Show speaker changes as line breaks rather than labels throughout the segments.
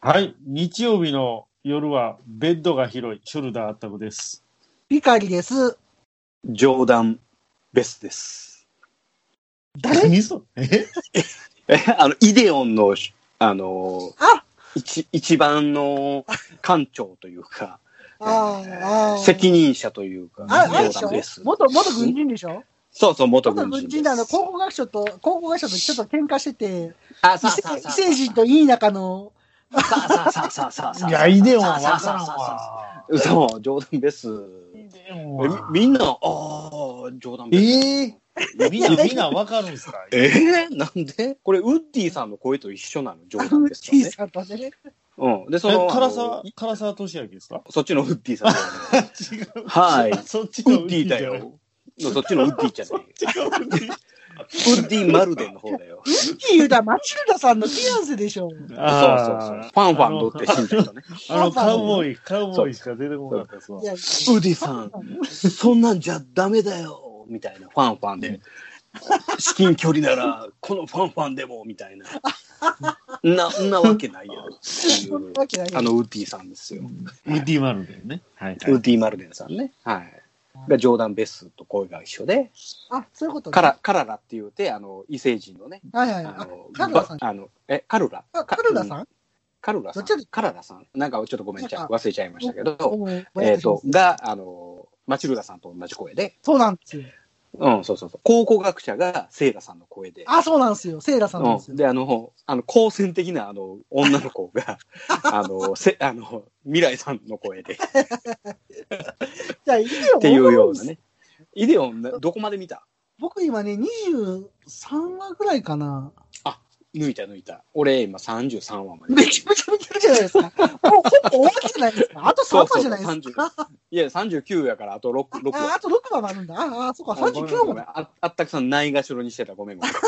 はい。日曜日の夜は、ベッドが広い、ショルダーあったくです。
ピカリです。
ジョーダン・ベスです。
誰
何それえ
え、あの、イデオンの、あの、
あ
一一番の館長というか、
あああ
責任者というか、
あ、
ジ
あれで
ョー
し
ダ
ょ
ン・ベス。
元、元軍人でしょ
そうそう、元
元
軍人
軍
です。
人であの、考古学者と、考古学者とちょっと喧嘩してて、
あ、
異
さあ
星
さあ
異
さあ
星人といい仲の、
さあさあさあさあさあさあ
いや、イデオンは
さ
わ
あ
か
さあ
らん
さあさあ
わ。
そう、ジョーダン・ベス。
イ
え
デオンは
みみんな、ああ、ジョーダン・
え
ベス。
みんな、みんなわかるんすか
えーなんでこれ、ウッディさんの声と一緒なの、ジョ
ア
ーダン・
フ
ベス
テ
と
ィ
ね。
さんとね、
うん。で、そ
え
の、あ
唐
の
沢、唐沢俊明ですか
そっちのウッディさんだよね。
違う。
はい。
そっち
ウ
の
ッディだよ。。そっちのウッディじゃない。
違う。
ウッディ・マルデンの方だよ。
ウッディ言うたらマチルダさんのフィアンセでしょ。
そうそうそう。ファンファン乗って死んだ人ね。
あの、カウボーイ、カウボーイしか出てこなかったですわ
い。や、
ウッディさん、そんなんじゃダメだよみたいな、ファンファンで。至近距離なら、このファンファンでもみたいな。な、んなわけないやろってい
そん
う
なわけない
あのウッディさんですよ。
ウッディマルデンね。はい
ウッディ・マルデンさんね。はい。がジョーダン・ベスと声が一緒で、
あ、そういうことね
カラカララって言うて、あの、異星人のね、
はいはい。
あ
あ
の、
カルラさん
ばあのえ、カルラ
あ、カルダさん
カルラさん
どっちだ。
カララさん。なんかちょっとごめんちゃ
なん
ん
か
忘れちゃいましたけど、
おえ
えっ、と、が、あの、マチルダさんと同じ声で、
そうなんですよ。
うん、そうそうそう。考古学者がセイラさんの声で、
あ、そうなんですよ。セイラさんなんです
うん、
よ。
で、あの、あの、光線的な、あの、女の子 が、あの、せ、あの、未来さんの声で、っ
じゃあ、いいよ。
ていうようなね。イデオン、などこまで見た
僕今ね、23話ぐらいかな。
抜いた抜いた。俺、今33話まで。
めちゃめちゃ見てるじゃないですか。もうほぼ終わりじゃないですか。あと3
そう
話
そう
じ
そ
ゃ
う
ないですか。
30いや、39やから、あと6、6
あ
話
あ。と6話もあるんだ。ああ、そうか、
あごめん
39
ご
話
めん
も。
ああったくさん、ないがしろにしてた。ごめ んごめん。ご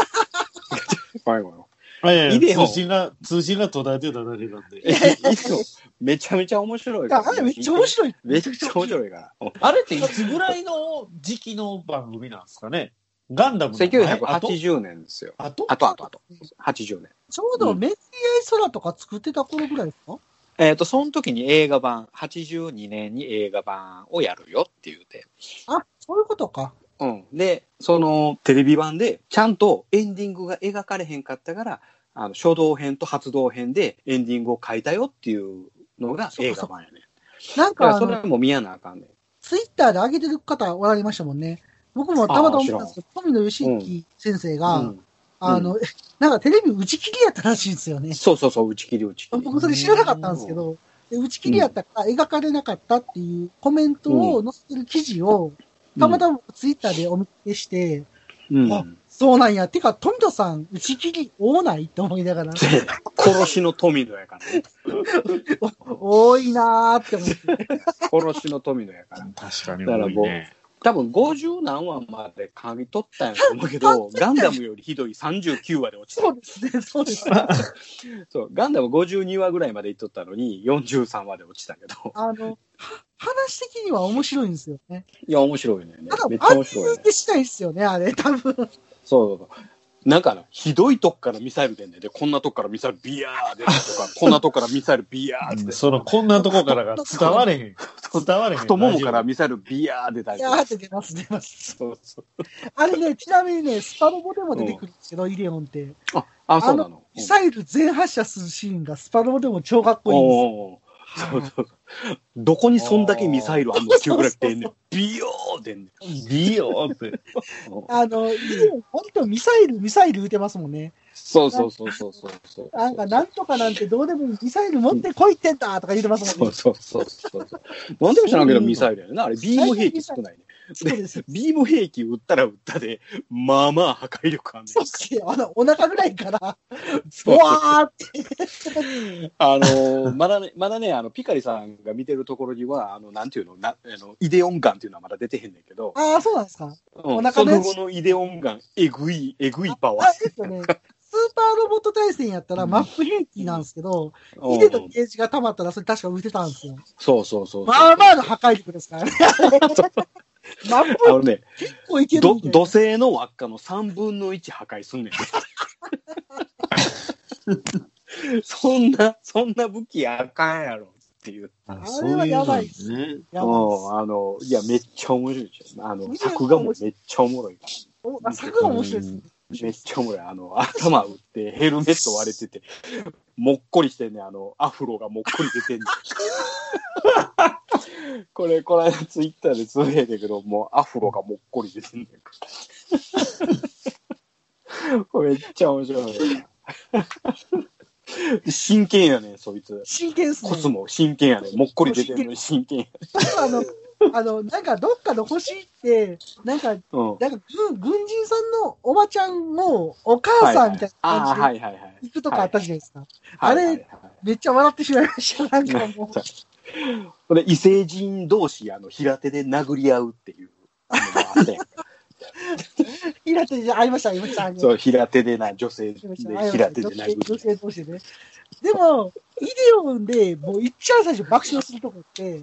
めんごめん。
はい。
イデオン
通信が、通信が途絶えてただけなんで。
いやいつもめちゃめちゃ面白い
い
か
や
ら。
あれめっちゃ面白い。
めちゃくちゃ面白いから。
あれっていつぐらいの時期の番組なんですかねガンダムの前あと
1980年ですよ。
あと
あとあとあと。80年。
ちょうどメディア空とか作ってた頃ぐらいですか、
えっ、と、その時に映画版、82年に映画版をやるよって言うて。
あ、そういうことか。
うん。で、そのテレビ版で、ちゃんとエンディングが描かれへんかったから、あの初動編と発動編でエンディングを書いたよっていうのが映画版やね。
なん
だか
からあ
そ
の
れはもう見やなあかんねん。
ツイッターで上げてる方おられましたもんね。僕もたまたま思ったんですけど、富野義行先生が、
うん
あの、 なんかテレビ打ち切りやったらしいんですよね。
そうそうそう、打ち切り打ち切り。
僕それ知らなかったんですけど、で打ち切りやったから描かれなかったっていうコメントを載せてる記事を、たまたまツイッターでお見つけして、
うん、
あそうなんや。てか、富田さん、打ち切り多ないと思いながら、
殺しの富野やからね。
多いなーって思って。
殺しの富野やから。
確かに
だから
多いね。
多分50何話まで噛み取ったんやと思うけ ど、ガンダムよりひどい39話で落ち
そ
た。
うですね、そうですね。
そう、ガンダム52話ぐらいまでいっとったのに、43話で落ちたけど。
あの、は話的には面白いんですよね。
いや、面白いのよね
ただ。、
めっちゃ
安
面白いよ
定
ね。
したいですよね、あれ、多分。
そうそうそう。なんかな、ひどいとこからミサイル出んねんで、こんなとこからミサイルビヤー出たと か、こんなとこからミサイルビヤーって
うんその、こんなとこからが伝われへん。伝われへん。
太ももからミサイルビヤー出た
い
りと
やー
か
っ。て出ます、出ます。
そうそう。
あれね、ちなみにね、スパロボでも出てくるんですけど、イレオンって。
あ、あ、そうなの。
ミサイル全発射するシーンがスパロボでも超かっこいいんですよ。
おおそうそうそうどこにそんだけミサイルあんのっていうぐらい出んねん。 ビヨー出んねん。
ビヨーって。
あの、本当ミサイル、ミサイル撃てますもんね。
そうそうそうそうそうそう。
なんか、なんとかなんてどうでもいいミサイル持ってこいってんだとか言ってますも
そ
ん
う
ね。
そうそうそうそう。なんでも知らんけどミサイルやねんな。あれビーム兵器少ないね。
そうです。
ビーム兵器撃ったら撃ったで、まあまあ破壊力あんねん。
そして、あの、お腹ぐらいから、
そ
ボ
う
ワーって。
あのーまだね、まだね、あの、ピカリさんが見てるところには、あの、なんていうの、なあのイデオンガンっていうのはまだ出てへんねんけど、
ああ、そうなんですか。
う
お
ん、
腹
そ
のや
の
つ
後のイデオンガン、えぐい、えぐいパワ
あ、えっとね、スーパーロボット対戦やったらマップ兵器なんですけど、
ー。
ヒデ
う
と
ん
ゲージが溜まったらそれ確か撃てたんですよ。
そうそうそうそう。
まあまあの破壊力です からね。マップ
あのね、
結構いける
ど
んで。
土星の輪っかの3分の1破壊すんねん。そんな、そんな武器あかんやろっていう。
あ
あれはやばいっ
そううのね。
やばいっ
うんあの、いや、めっちゃ面白いですよ。あ
見
の、
てる
作画もめっちゃおもろいから。
すおあ作が面白いですね。
めっちゃおもろい。あの、頭打って、ヘルメット割れてて、もっこりしてんね、あの、アフロがもっこり出てんねん。これ、この間ツイッターでつぶやいたけど、もうアフロがもっこり出てんねん。これめっちゃ面白い。真剣やねん、そいつ。
真剣っすね
コ。スモ、真剣やねん。もっこり出てんのに真剣や。
あの、あの、なんかどっかの星って、なんか、
うん。
なんか軍軍人さんのおばちゃんのお母さんみたいな
ああ、は
感
いはいはい。
じで行くとかあったじゃないですか。
はいはいはい
あめっちゃ笑ってしまいました。なんかもう。
これ異星人同士あの平手で殴り合うっていうあのが あって
イラってありました、ありました。ありました
そう平手でな女性で
ありましたありました
平手で
女性女
殴り
性同士でね。でも、イデオンでもう一番最初爆笑するとこって、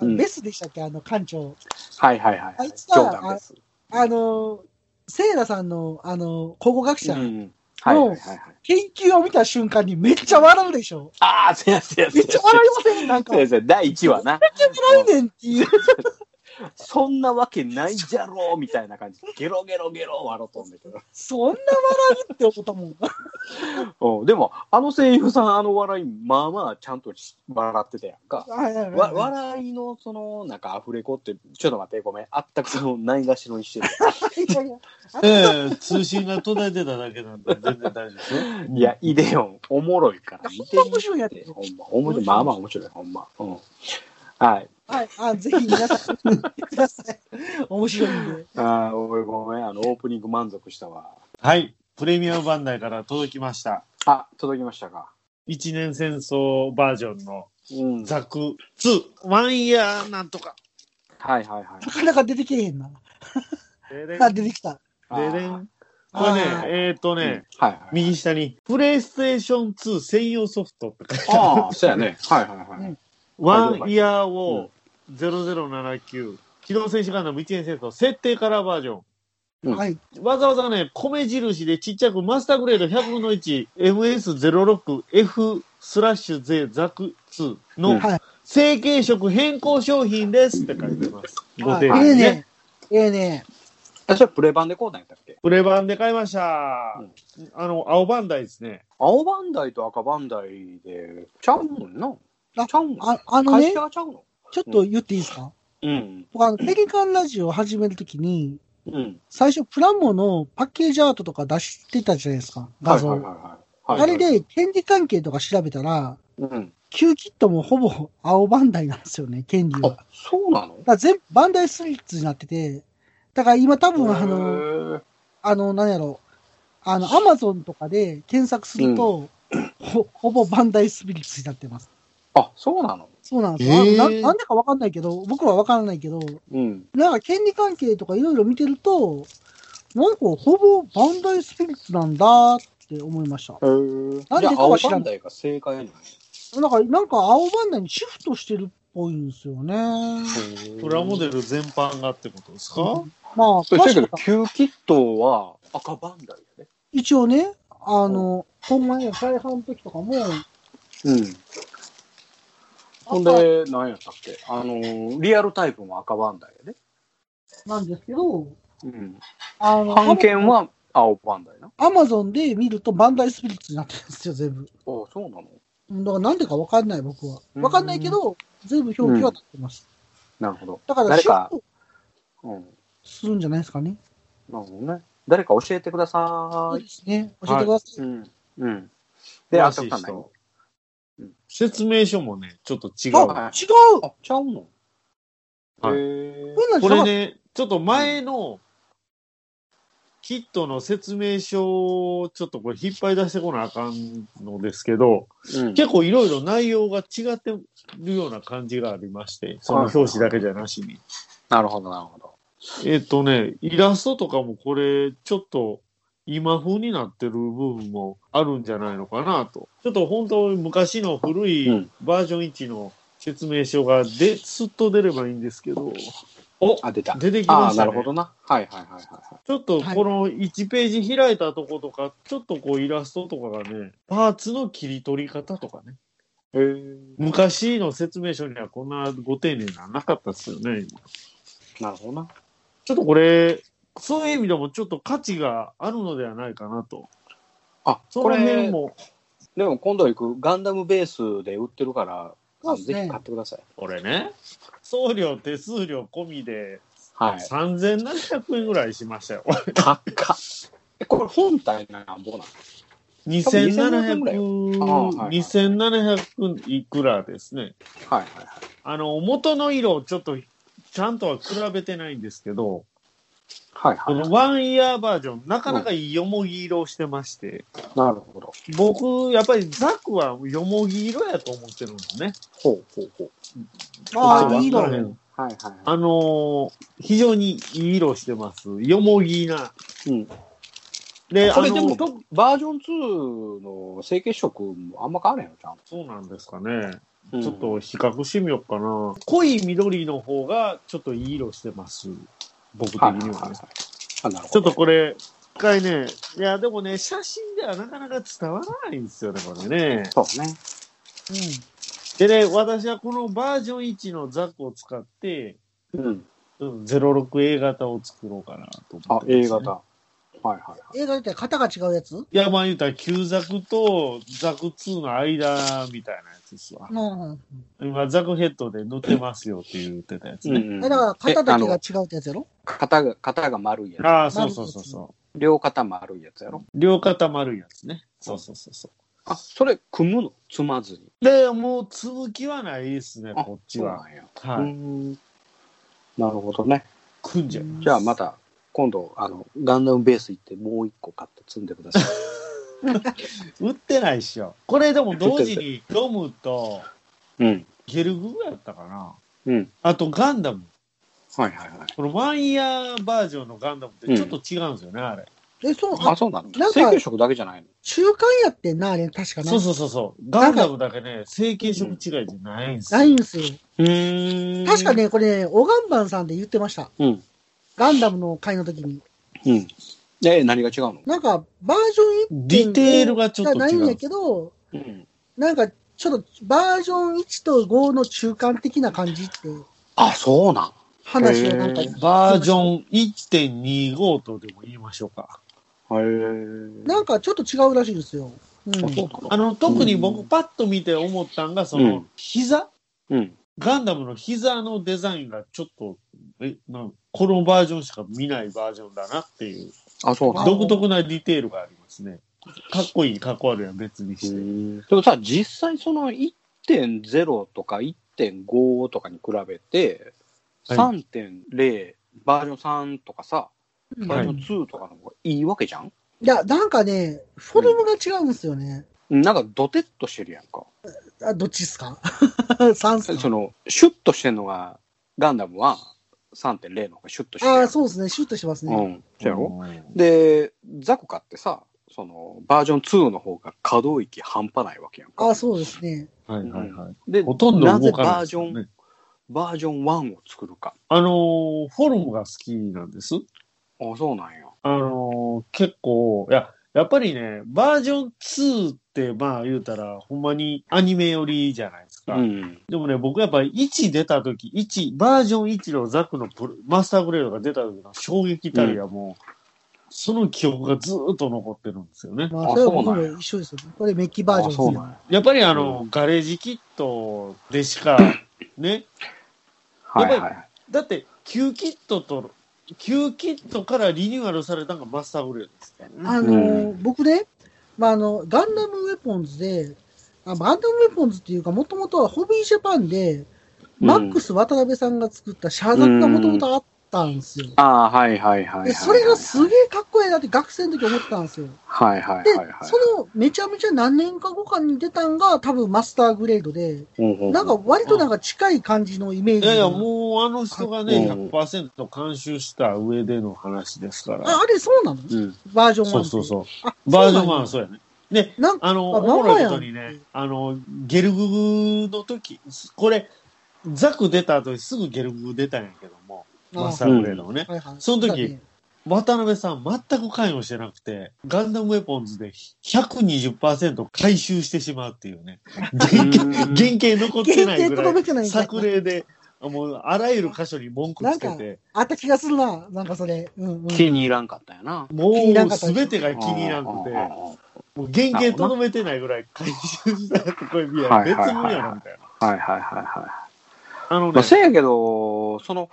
あの
うん
ベスでしたっけ、あの館長。
はいはいはい
あ
はいい
つは
冗談です
あの、セイラさんの、あの、考古学
う
者、
んはいはいはいはい
研究を見た瞬間にめっちゃ笑うでしょ。
ああせやせやせ
め
や
っちゃ笑いませんなんか、
せやせや第一話な
笑うねんっていう。
そんなわけないじゃろうみたいな感じゲロゲロゲロ笑っとんだけど
そんな笑うって思ったもん。
うんでもあの声優さんあの笑いまあまあちゃんとし笑ってたやんか
はいはい
わ
はい
笑いのそのなんかアフレコってちょっと待ってごめんあったくそのないがしろにしてる
いやいや
ええ、通信が途絶えてただけなんで、全然大丈夫ですよ。
いや、イデオン、おもろいから。見てみ
ほんま面白いやつ
ほんま、面白い。まあまあ面白い、ほんま。うん。はい。
はい、あぜひ皆さん、見てください。面白いんで。
あー俺ごめん、あの、オープニング満足したわ。
はい。プレミアムバンダイから届きました。
あ、届きましたか。
一年戦争バージョンの
うん。はい
ザク2、ワンイヤーなんとか。
はいはい
な。かなか出てけえへんな。
ででん
あ、出てきた。
ででん。
あ
これね
あ、
えっと
うん
ね、
はいはい。
右下に、プレイステーション2専用ソフトって書いてある。
ああ、そうやね。はいはいはい。
ワンイヤーを0079、機動戦士ガンダム一年戦争、設定カラーバージョン。
はい。
わざわざね、米印でちっちゃくマスターグレード100分の 1MS06F スラッシュゼザク2の
はい
成形色変更商品ですって書いてます。ご提
あえ
案
え
ね。
ね。ええね。
私はプレ版でこうなんやったっけ
プレ版で買いました。あの、青バンダイですね。
青バンダイと赤バンダイで、ちゃうもんな。
あ
ちゃうもん。
ああの
会
ね
社、がちゃうの
ちょっと言っていいですか
うん。
僕、あの、ペリカンラジオを始めるときに、
うん。
最初、プラモのパッケージアートとか出してたじゃないですか。
は
画
いはいはい
像。
はい。はいはい
あれ、で、権利関係とか調べたら、
うん。
旧キットもほぼ青バンダイなんですよね、権利は。だか
あ、そうなの
ら全部バンダイスイーツになってて、だから今多分あの、
の、
あの、なんやろ、あの、アマゾンとかで検索すると、ほほぼバンダイスピリッツになってます。
あ、そうなの
そうなんですよ。あ
へー
ななんでかわかんないけど、僕はわからないけど、
うん。
なんか権利関係とかいろいろ見てると、なんかほぼバンダイスピリッツなんだって思いました。
なん
でかは知らん
んだが正解なんや。
なんか、なんか青バンダイにシフトしてるっぽいんですよね。
プラモデル全般がってことですか、
まあ、
そ
詳
うだ
しく
けど、
は
旧キットは赤バンダイだね。
一応ね、あの、ほんまに再販の時とかも、
うん。ほんで、何やったっけあのー、リアルタイプも赤バンダイだね。
なんですけど、
うん。
あの、
版権は青バンダイな。あ、
アマゾンで見るとバンダイスピリッツになってるんですよ、全部。
そうなの
だからなんでかわかんない、僕は。
うん
わかんないけど、全部表記はなってます。
なるほど。
だから、
誰
シ
か
フト
うん。
するんじゃないですかね。
なるほどね。誰か教えてくだ
そ
さ
う
い。
ですね。教えてください。
うん。うん。で、
詳
あ
しい
と
人
かない。
説明書もね、ちょっと違う。
あ、違う
あ、ちゃうの
はい
へ
こんなんじ
これ
ゃなかっ
ね、ちょっと前のキットの説明書をちょっとこれ引っ張り出してこなあかんのですけど、
ーうん。
結構いろいろ内容が違ってるような感じがありまして、その表紙だけじゃなしに。
なるほど、なるほど。
えっとね、イラストとかもこれちょっと今風になってる部分もあるんじゃないのかなと。ちょっと本当に昔の古
う
い
ん
バージョン1の説明書がですっと出ればいいんですけど、お
あ、出た。
出てき
あ
ま
あ、
した、
なる
ね。
ほどな。はいはいはいは
ちょっとこの1ページ開いたとことか、ちょっとこうイラストとかがね、パーツの切り取り方とかね。
いはい。へ
昔の説明書にはこんなご丁寧なのなかったですよね。今
え。なるほどな。
ちょっとこれ、そういう意味でもちょっと価値があるのではないかなと。
あ、
そ
こ
の
れ
辺、も、
でも今度行くガンダムベースで売ってるから、
そう
あ
です
ぜ
ね
ひ買ってください。
これね、送料、手数料込みで
はい。
3700円ぐらいしましたよ。
高っ。え、これ本体なんぼなん2700ぐらいああはいはい
2700いくらですね。
はいはいはい。
あの、元の色をちょっと、ちゃんとは比べてないんですけど、
はい
こ
はい。
のワンイヤーバージョン、なかなかいいよもぎ色をしてまして、
なるほど。
僕、やっぱりザクはよもぎ色やと思ってるんですね。
ほうほうほう。
あ
ちょっと
あ、いい
わ
の
からへ。ん
はいは
あのー非常にいい色してます。よもぎな。
い。うん。
で、
これで
あの
も
ーと、
バージョン2の清潔色もあんま変わらへんのちゃ
そうなんですかね。
う
ちょっと比較してみようかな。濃い緑の方がちょっといい色してます。僕的
はいはい
に
は
はいね。
あ、なるほど。
ちょっとこれ、一回ね、いや、でもね、写真ではなかなか伝わらないんですよね、これね。
そうね。
でね、私はこのバージョン1のザクを使って、
うん。
うん、06A 型を作ろうかなと思
あ
っ、て、
A 型。。はいはいはい。
映画出て型が違うやつ
いや、まあ言うたら旧ザクとザク2の間みたいなやつですわ。
うん。
今、ザクヘッドで塗ってますよって言ってたやつね。
えだから型だけが違うってやつやろ
肩が、肩が丸いや
ああ、そうそうそうそう。
つ。両肩丸いやつやろ。
両肩丸いやつね。そうそうそうそ
あ、それ、組むのつまずに。
う。で、もう積む気はないですね、
あ
こっち
そう
は。
なんや。う
は
ー
い。
ん。なるほどね。
組んじゃいます。
じゃあまた、今度、あの、ガンダムベース行って、もう一個買って積んでください。
売ってないっしょ。これでも同時にロムと
うん。
ゲルググやったかな。
うん。
あとガンダム。
はいはいはい。
このワンイヤーバージョンのガンダムってちょっと違うんですよね、あれ。
え、そう、
あ、
あ、
そうなの
なんか
請求色だけじゃないの
中間やってんな、あれ、確かな。
そうそうそうそう。ガンダムだけね、成形色違いじゃないんですよ。
ないんですよ。
うん
確か。ね、これね、オガンバンさんで言ってました。
うん。
ガンダムの会の時に。
うん。え、何が違うの
なんか、バージョン1.5
ディテールがちょっと
じゃない
違
んや
う。
けど、
うん。
なんか、ちょっとバージョン1と5の中間的な感じって
あ、そうなん。
話をなんか
へー
バージョン1.25とでも言いましょうか。
へえ。
なんかちょっと違うらしいですよ。うん。
あそうなの
あの、特に
う
僕
ん
パッと見て思ったんが、そうの
ん、
膝、
うん。
ガンダムの膝のデザインがちょっと、え、なんこのバージョンしか見ないバージョンだなっていう、
あ、そうな
あ
の
独特なディテールがありますね。かっこいい、かっこ悪いは別にして。
でもさ、実際その1.0とか1.5とかに比べて、
はい
3.0、バージョン3とかさ、
うん
バー
はい
ジョン2とかの方がいいわけじゃん、
いや、なんかね、フォルムが違うんですよね。
なんかドテッとしてるやんか。
あどっちっすか ?3 す
そ
か
の、シュッとしてるのが、ガンダムは3.0の方がシュッとしてる
あ
やん
あ、そうですね。シュッとしてますね。
うん。そうやろ、
うん
で、ザコカってさ、その、バージョン2の方が可動域半端ないわけやんか。
ああ、そうですね。
はいはいはい。
で、
ほとんど
なぜ
動かない
バー
です
ジョ
よ
ン、
ね。
バージョン1を作るか。
あのーフォルムが好きなんです。
あ、そうなんや。
あのー結構、いや、やっぱりね、バージョン2って、まあ言うたら、ほんまにアニメ寄りじゃないですか。
うん。
でもね、僕やっぱり1出た時、1、バージョン1のザクのプロマスターグレードが出た時の衝撃たるやもう、その記憶がずーっと残ってるんですよね。
まあ、
あ
それは
そう
僕
なん
も
や
一緒ですよ。これメッキバージョンです
あそう
ね
なんや。
やっぱりあの、ガレージキットでしか、ね、
はいはい
やっぱ
は
り
い。
だって旧キットと、旧キットからリニューアルされたのがマスターグレードですからね。
あのー僕ね、まあ、あの、ガンダムウェポンズで、あガンダムウェポンズっていうか、もともとはホビージャパンで、
うん
マックス渡辺さんが作ったシャーザクがもともとあったんですよ。
ああ、はいはいはいはい、はい。
で、それがすげえかっこええなって学生の時思ってたんですよ。
はいはい
で
はいはい。、
そのめちゃめちゃ何年か後かに出たんが多分マスターグレードで、
ほうほう
なんか割となんか近い感じのイメー
い
ジが。
やいや、もうあの人がね、
うん
100%監修した上での話ですから
あ。あれそうなの
うん。
バージョン1
そうそう
う。
そう。
あ
バージョン1は
そ
そうやね。で、
うなんか、
あの、
あ
おもろいこと
まん
に
まやん
ね、あの、ゲルググの時、これ、ザク出た後にすぐゲルググ出たんやけども、マスタ
あ
ーグレードもね。
あはいはい
その時
だね
渡辺さん全く関与してなくて、ガンダムウェポンズで120%回収してしまうっていう ね。原型、原型残って
原
ない
型
ぐら
とど
い。
めてないんか
作例で、もうあらゆる箇所に文句つけて、
あった気がするな、なんかそれ。うんうん。
気に入らんかったよな。
も
気に入らん
う
かった
全てが気に入らんくて、
は
もう原型とどめてないぐらい回収したとこれ見や、
はい
別
はいはい
分やな、みたいな。
いはいはいは
あの
い。ま
ね
あ、、せやけど、その、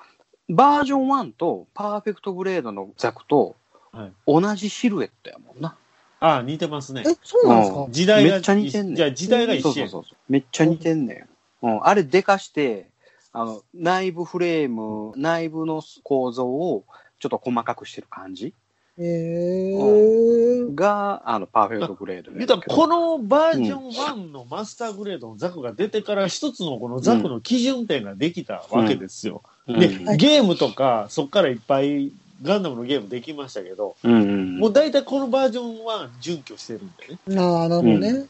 バージョン1とパーフェクトグレードのザクと
はい、
同じシルエットやもんな。
あ、似てますね。
え、そうなんですか
時代が
めっちゃ似てんねん
じゃあ時代が
そ
一緒
うそう
や。
そうそう。めっちゃ似てんねん。うん、あれでかして、あの、内部フレーム、内部の構造をちょっと細かくしてる感じ
えー。
が、あの、パーフェクトグレードや
言
け
うたら
ど。
このバージョン1のマスターグレードのザクが出てから一つのこのザクの基準点ができたわけですよ。
うん、
で、
はい
ゲームとかそっからいっぱいガンダムのゲームできましたけど、
うんうん
もう大体このバージョン1準拠してるんでね。
なあ、なるほどね。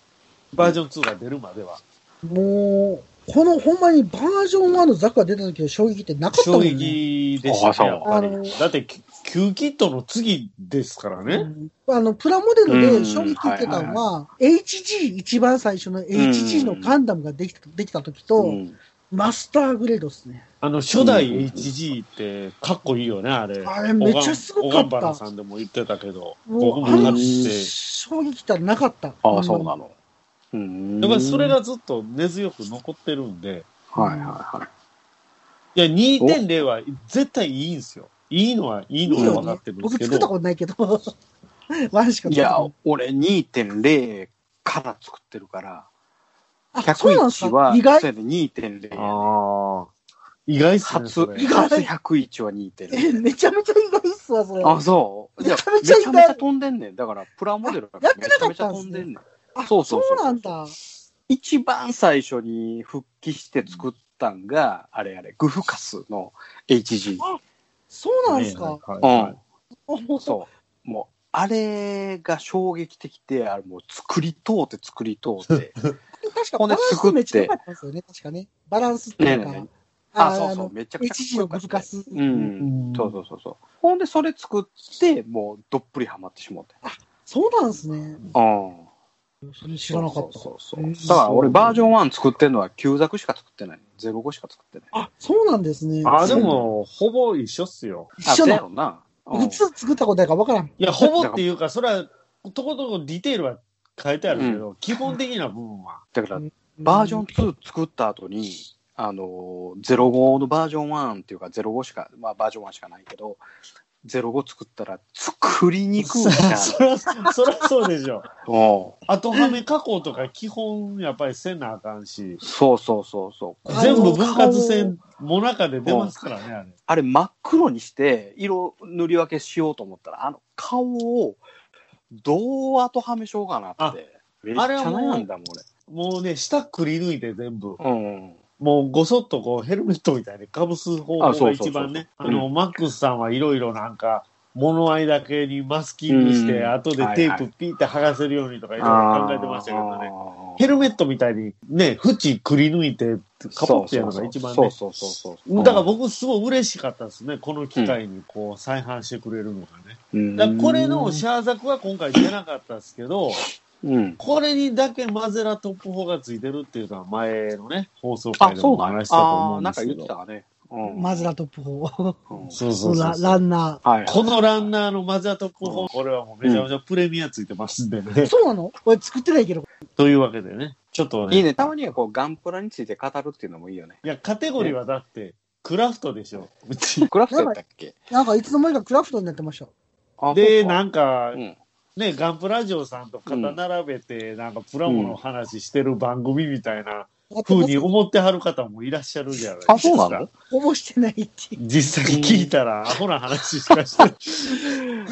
バージョン2が出るまでは。
もう、このほんまにバージョン1のザクが出た時の衝撃ってなかった
衝
もんね。
撃でしたね、やっ
あ
ぱり。
の、
だって、旧キットの次ですからね。
あの、プラモデルで衝撃受けた
うん
のは、HG、一番最初の HG のガンダムができたできた時と、
うん
マスターグレードですね。
あの、初代
うん
HG ってかっこいいよね、あれ。
あれめっちゃすごか
オ
っ
ガンバラ
た
さ。んでも言ってたけど、僕
もう、
も
あ
な
の
くて。
衝撃ってなかった。
ああ、そうなの。うん
やっぱりそれ、がずっと根強く残ってるんで、
はいはいはい
や、2.0は絶対いいんですよ。いいのはいい
い
の
い
は
よ
分か
ね
ってるん。です
僕
け
作った
ど、
ことないけど。 ワンしか
い。
作
い
った
や
ことない。、
俺2.0から作ってるから、
あ、そうなんです
101
か
は、
意外
そう。やね2.0やね。
ああ、意外っすね。
初
そ、れ
意外
初101は2.0。
え、めちゃめちゃ意外っすわ、それ。
あ、そういや
めちゃめちゃ
め
意
ちゃ
外
めちゃ飛んでんねん。だから、プラモデルが
やっ
め
て
ちゃ
なか
め
っ
ちゃ
たん
飛
す
ん
ね
でんねん。
あ
そうそうそうそう
なんだ。
一番最初に復帰して作ったんが、あれあれ、グフカスの HG。
そうなんですか
ね。はいは
う
い
ん。そう。もう、あれが衝撃的で、あれもう作り通って作り 通って。
確か
ここ
バ
で
ランスめっちゃ
作って
良かったんですよね、確かね。バランスって
ねえ
いう
ね
か
え、ねえ
あ
あ、そう
あ
そ
の
う、めちゃくちゃかっ
HG
こ
の
よ
グ
かっ
フ
た
カ。ス。
うん。そう
う
そうそうそう。ほんで、それ作って、もう、どっぷりハマってしまって。
そうなんですね。
うん。
それ知らなかった。
そうそうそう
うん
だから俺バージョン1作ってんのは旧作しか作ってない。05しか作ってない。
あ、そうなんですね。
あ、でも、ほぼ一緒っすよ。
一緒
あだ
だ。
よな。うん
いつ作ったことないから分からん。
いや、ほぼっていうか、それは、とことこディテールは変えてあるけど、基本的な部分は。
だからバージョン2作った後に、あのー、05のバージョン1っていうか05しか、まあバージョン1しかないけど、05作ったら作りにくいな。
そりゃ、そりゃそうでしょ。
うん
後はめ加工とか基本やっぱりせなあかんし、
そうそうそうそう。
あの
全部分割線、もなかで出ますからね、あれ。
あれ真っ黒にして色塗り分けしようと思ったら、あの顔をどう後はめしようかなって。めっちゃ
あれはもう
悩んだもん俺。
もうね、下くり抜いて全部、
うん。
もうごそっとこうヘルメットみたいにかぶす方法
あそ
が
うそうそう
一番ね、
うん
あの、マックスさんはいろいろなんか、物合いだけにマスキングして、
うん
後でテープピーって剥がせるようにとかいろいろ考えてましたけどね。ヘ
ヘル
ルメットみたいにね、縁くり抜いて、かぶってやるのが一番
そう
ね。
そうそうそうそう。
だから僕すごい嬉しかったですね。この機会にこう再販してくれるのがね。
うん、
だからこれのシャーザクは今回出なかったですけど、
うん、
これにだけマゼラトップ4がついてるっていうのは前のね、放送会でもお
あ
話ししたと思
あ
う
ー、
んで
なんか
すけ
言
ど。
ってたわね。うん。
マズラトップ4。
うん
そうそうそう
ラ
そ
ラ
う。
ンナ
はい。
このランナーのマゼラトップ4、これはもうめちゃめちゃプレミアついてますんでね。
ー。そうなの俺作ってないけど。
というわけでね、ちょっとね、
いいね。たまにはこう、ガンプラについて語るっていうのもいいよね。
いや、カテゴリーはだって、クラフトでしょ。うち。
クラフトやったっけ
なんかいつの間にかクラフトになってました。
あ
で、
そうか
なんか
う、ん。
ね、ガンプラジオさんと肩並べて、なんかプラモの話してる番組みたいな
やって
風
ます
に思ってはる方もいらっしゃるじゃないですか。
あ、そうなの
応募してないっていう。
実際聞いたら、アホな話しかしてない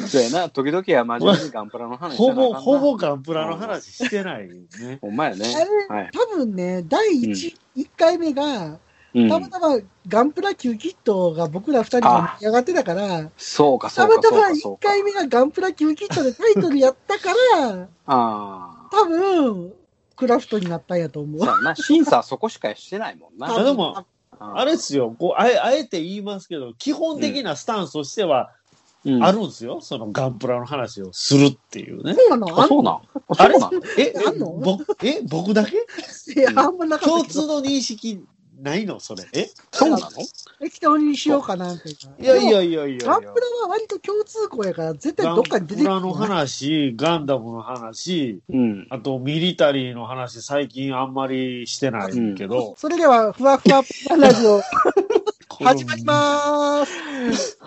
そうやな。時々は真面目にガンプラの話
ほぼ、
してなあかんな
ほ。ぼガンプラの話してないね。
ほんまやね。
あ
はい。
多分ね、第 1,、一回目が、
うん
たまたまガンプラ級キットが僕ら2人が上がってたから、
そうか、そ
た
う
ま
か、
た
そう
ま
か、そう
1
か。
回目がガンプラ級キットでタイトルやった から、
ああ。
多分、クラフトになったんやと思う
そう。やな。審査はそこしかしてないもん
あ
な。
でも、あれっすよ、こうあえ、あえて言いますけど、基本的なスタンスとしては、
うん
あるんですよ、そのガンプラの話をするっていうね。
そうなの
あ、
あん
そうなん
あれ
そうなん
え、え
あんの
僕、え、僕だけ
いやあんまなかった
共
け
通の
ど、
認識ないのそれ。え
そうなの
適当にしようかなっていうか。
いやいやいやいやい
で
や。
も。ガンプラは割と共通項やから、絶対どっかに出てくる
ガンプラの話、ガンダムの話、
うん。
あとミリタリーの話、最近あんまりしてないけど。
それでは、ふわふわラジオ、始まり
す。
まーす。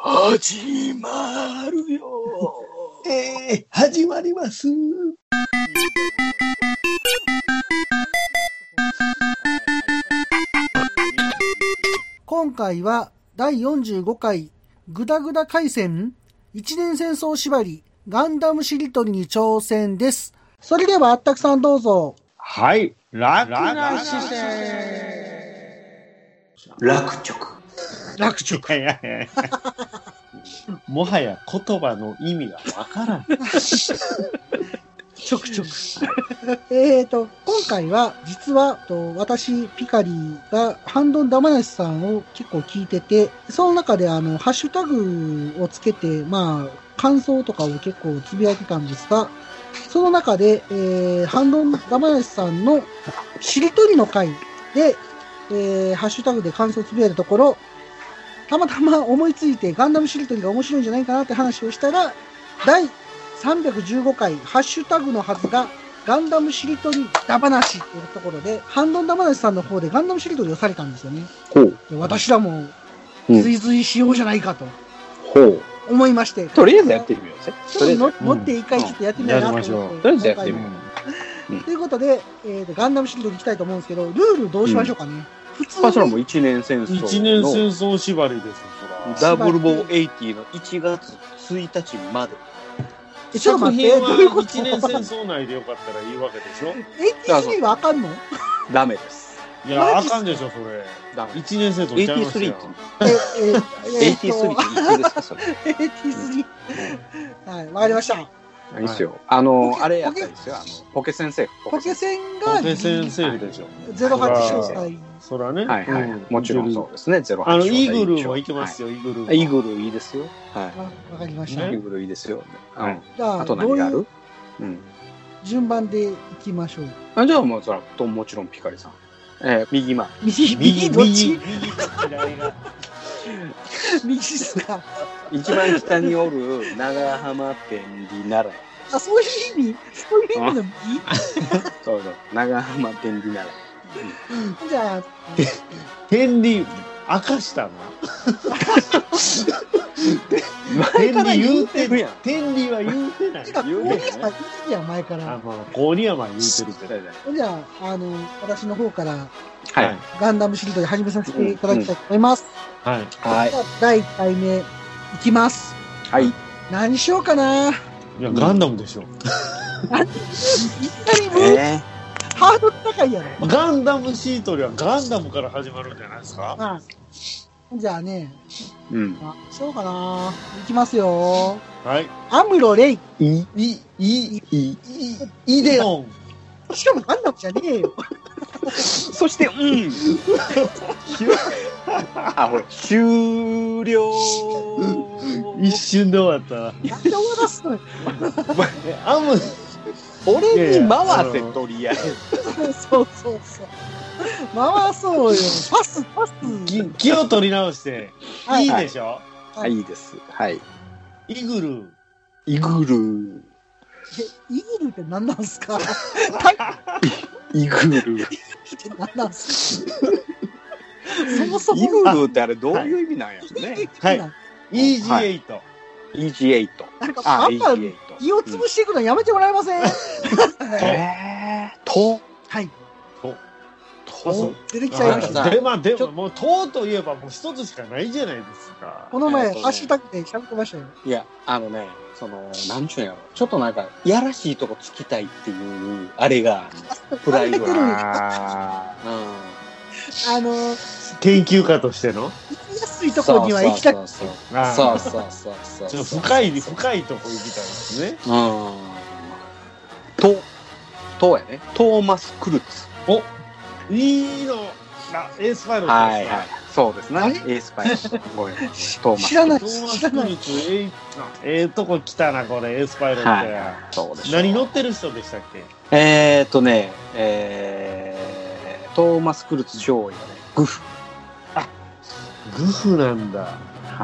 始まるよ
えー、始まります。
今回は第45回グダグダ回戦一年戦争縛りガンダムしりとりに挑戦です。それではあったくさんどうぞ。
はい。楽な姿
楽直。
楽ちょいやいや いやもはや言葉の意味がわからん。
ちょくちょく。えーと、今回は実はと私、ピカリがハンドンダマナシさんを結構聞いてて、その中であの、ハッシュタグをつけて、まあ、感想とかを結構つぶやいてたんですが、その中で、えー、ハンドンダマナシさんのしりとりの回で、えー、ハッシュタグで感想をつぶやいたところ、たまたま思いついてガンダムしりとりが面白いんじゃないかなって話をしたら、第315回、ハッシュタグのはずが、ガンダムしりとりだ話っていうところで、ハンドンだ話さんの方でガンダムしりとりをされたんですよね。
ほう。
で私らも、
うん
追随しようじゃないかと
ほう。
思いまして、
とりあえずやってみようぜ。
ち
とりあ
ょ
え
っ
ず
と乗って一回ちょっとやってみようなと思って。
とりあえずやってみよ
ということで、えーと、ガンダムしりとり行きたいと思うんですけど、ルールどうしましょうかね。普通
パシャラ
に
も一年戦争の。
一年戦争縛りですよ、そら。
ダブルボーエイティの1月1日まで。
えちょっと
作
待って、
品
どういう
は
こと
一年戦争内でよかったらいいわけでしょ
?83 はあかんの
ダメです。
い
マジ
や、
っ
あ
す
かんでしょ、それ。
ダメ。
一年戦争ちゃいます
83
よ
って。
え、えー、 えー
83って言ってですかそれ。
83。はい、わかりました。
何っすよ。あの
ポ、ケ
あれやったんですよ。あの、ポケ先生。
ポケセンが
ポケ先生でしょ。
08
はい
招待。
そらね。
はいは
う
い。もちろんそうですね。ゼロ
あの、イーグルもいけますよ、イーグルも。
イーグルいいですよ。はい。
わわかりました。
ね
イーグルいいですよ。
は
はいい。
じゃあ、
あと
ど
何
う
があ
いう
るうん。
順番でいきましょう。
あじゃあもうそらともちろんピカリさん。えー、右前。
右、
右、右、どっ
右、
ち
右嫌いな。
右ですか。
一番北におる長浜天理奈良。
あ、そういう意味、そういう意味の
そうそう。長浜天理奈
右じゃあ、
天理、明したな。
良。
天
前から
理言
言
う
う
て
て
る
る
や
や
ん
ん。
天理は言うてない
て。か、こう
言う
には
ね
言ってるやん、前か
あ
ら。
の、こうにはまあ言うてるけど。
ほんじゃあ、あの、私の方から
はい。
ガンダムシリーズで始めさせていただきたいと思います。
はい。
はい
じ。ゃあ、第1回目、いきます。
はい。
何しようかない
や、ガンダムでしょ。
いきなりもう、
え
ハードル高いやろ。
ガンダムシートリはガンダムから始まるんじゃないですか
まあ、じゃあね、
ー、うん。
あそうかないきますよ。
はい。
アムロレイ。
い、い、い、い、い、イデオン。
しかもガンダムじゃねえよ。
そして、うん。 あ、ほら、終了。
一瞬で終わったな。
なんで終わらすのよ。
えアム、
俺に回せ、とりあえず。
そうそうそう。回そうよ。パス、パス。
き気を取り直して、、
はいい
いでしょ
の
はい、いいです。はい。
イグル。
イグル。
えイグルって何なんすかタイっ
イグル。
て何なんすかそもそも。
イグルってあれどういう意味なんやろ ね。
はい
なん
イージーエイト。
EG8。
か、
あ、
あんま
EG8。
気を潰していくのやめてもらえません、
えー、と。
はい。
そう
と。
出てきちゃいました。
はい
で、まあ、で
ち
も、
ょ
もう、とうといえば、もう一つしかないじゃないですか。
この前、
ありがとう
ハッシュタグで喋ってましたよ。
いや、あのね、その、なんちゅうんやろ。ちょっとなんか、やらしいとこつきたいっていう、あれが、プライド
あれ
が。
あ
うん。
あの、行
ー研究家としての
きやすいところには行きたく
そうそう
あ
そ
ー
うそうそうそうそう
ち
そ
ょ
う
っと深い、
うん
深いとこ行きたいですね。
ととやねトーマス・クルツ
おいいのなエースファイル
はいはい。そうですね
あれ。
エースパイのごめんトーマス。
知らない、
トーマ
知
ス
ら
ク
な
リ
い。
ッツえいええとこ来たなこれエースパイロット
はい
や、
はい。そうです。
何乗ってる人でしたっけ
えーっとね、えー、トーマス・クルツ上位はね、グフ。
グフなんだ
は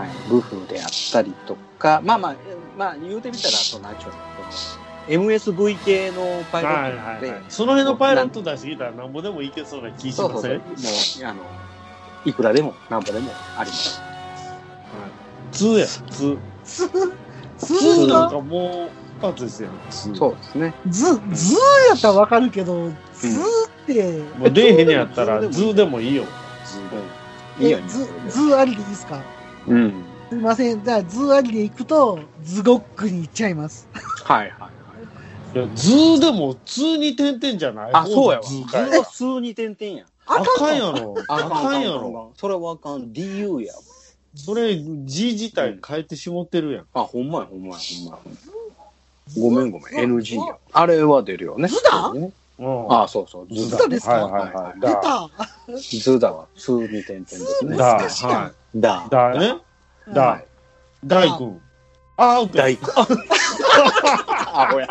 い。グフであったりとか、まあまあ、まあ言うてみたら、その、なんちゅうの、その MSV 系のパイロ
はい
ットな
は
の
い
で、
はいその辺のパイロット出してきたらなんぼでもいけそうな気し
そうそ
ま
うそ
せ
う。
ん
もう、あの、いくらでも、なんぼでもあります。
2や2
ズ、
2
ズ
なん
が、
かもう一発ですよ2
そうですね。
ズ、ズやったらわかるけど、ズって、
もう出えへんやったら
ズーでもい
2
い
でもいいよ
いいよ、
え
ね
ズ、ズありでいいですか
うん。
すいません。じゃあ、ズありで行くと、ズゴックに行っちゃいます。
はいはいはい。
いや2でも2に点々じゃない
あ、そうやわ。
図
普
かい
通に点々や。
あ
あか
か
ん
ん
の
やろあかんやろ。
それはあかん。DU やわ。
それ G 自体変えてしもってるやん
あ、ほんまや、ほんまや、ほんまや。ごめんごめん、NG
ズ
や。あれは出るよね。
ズダ
ね
うん
あ、そうそう、ズ
ズ
ダ
ダ。ですか
はいはいはい
出
だ
た。
ズダは、通に点々ですね。
ズ
だ
難しいな
は
ダ
い。だね。だ
はい。
大君あアウト
大 工。あ、ほや。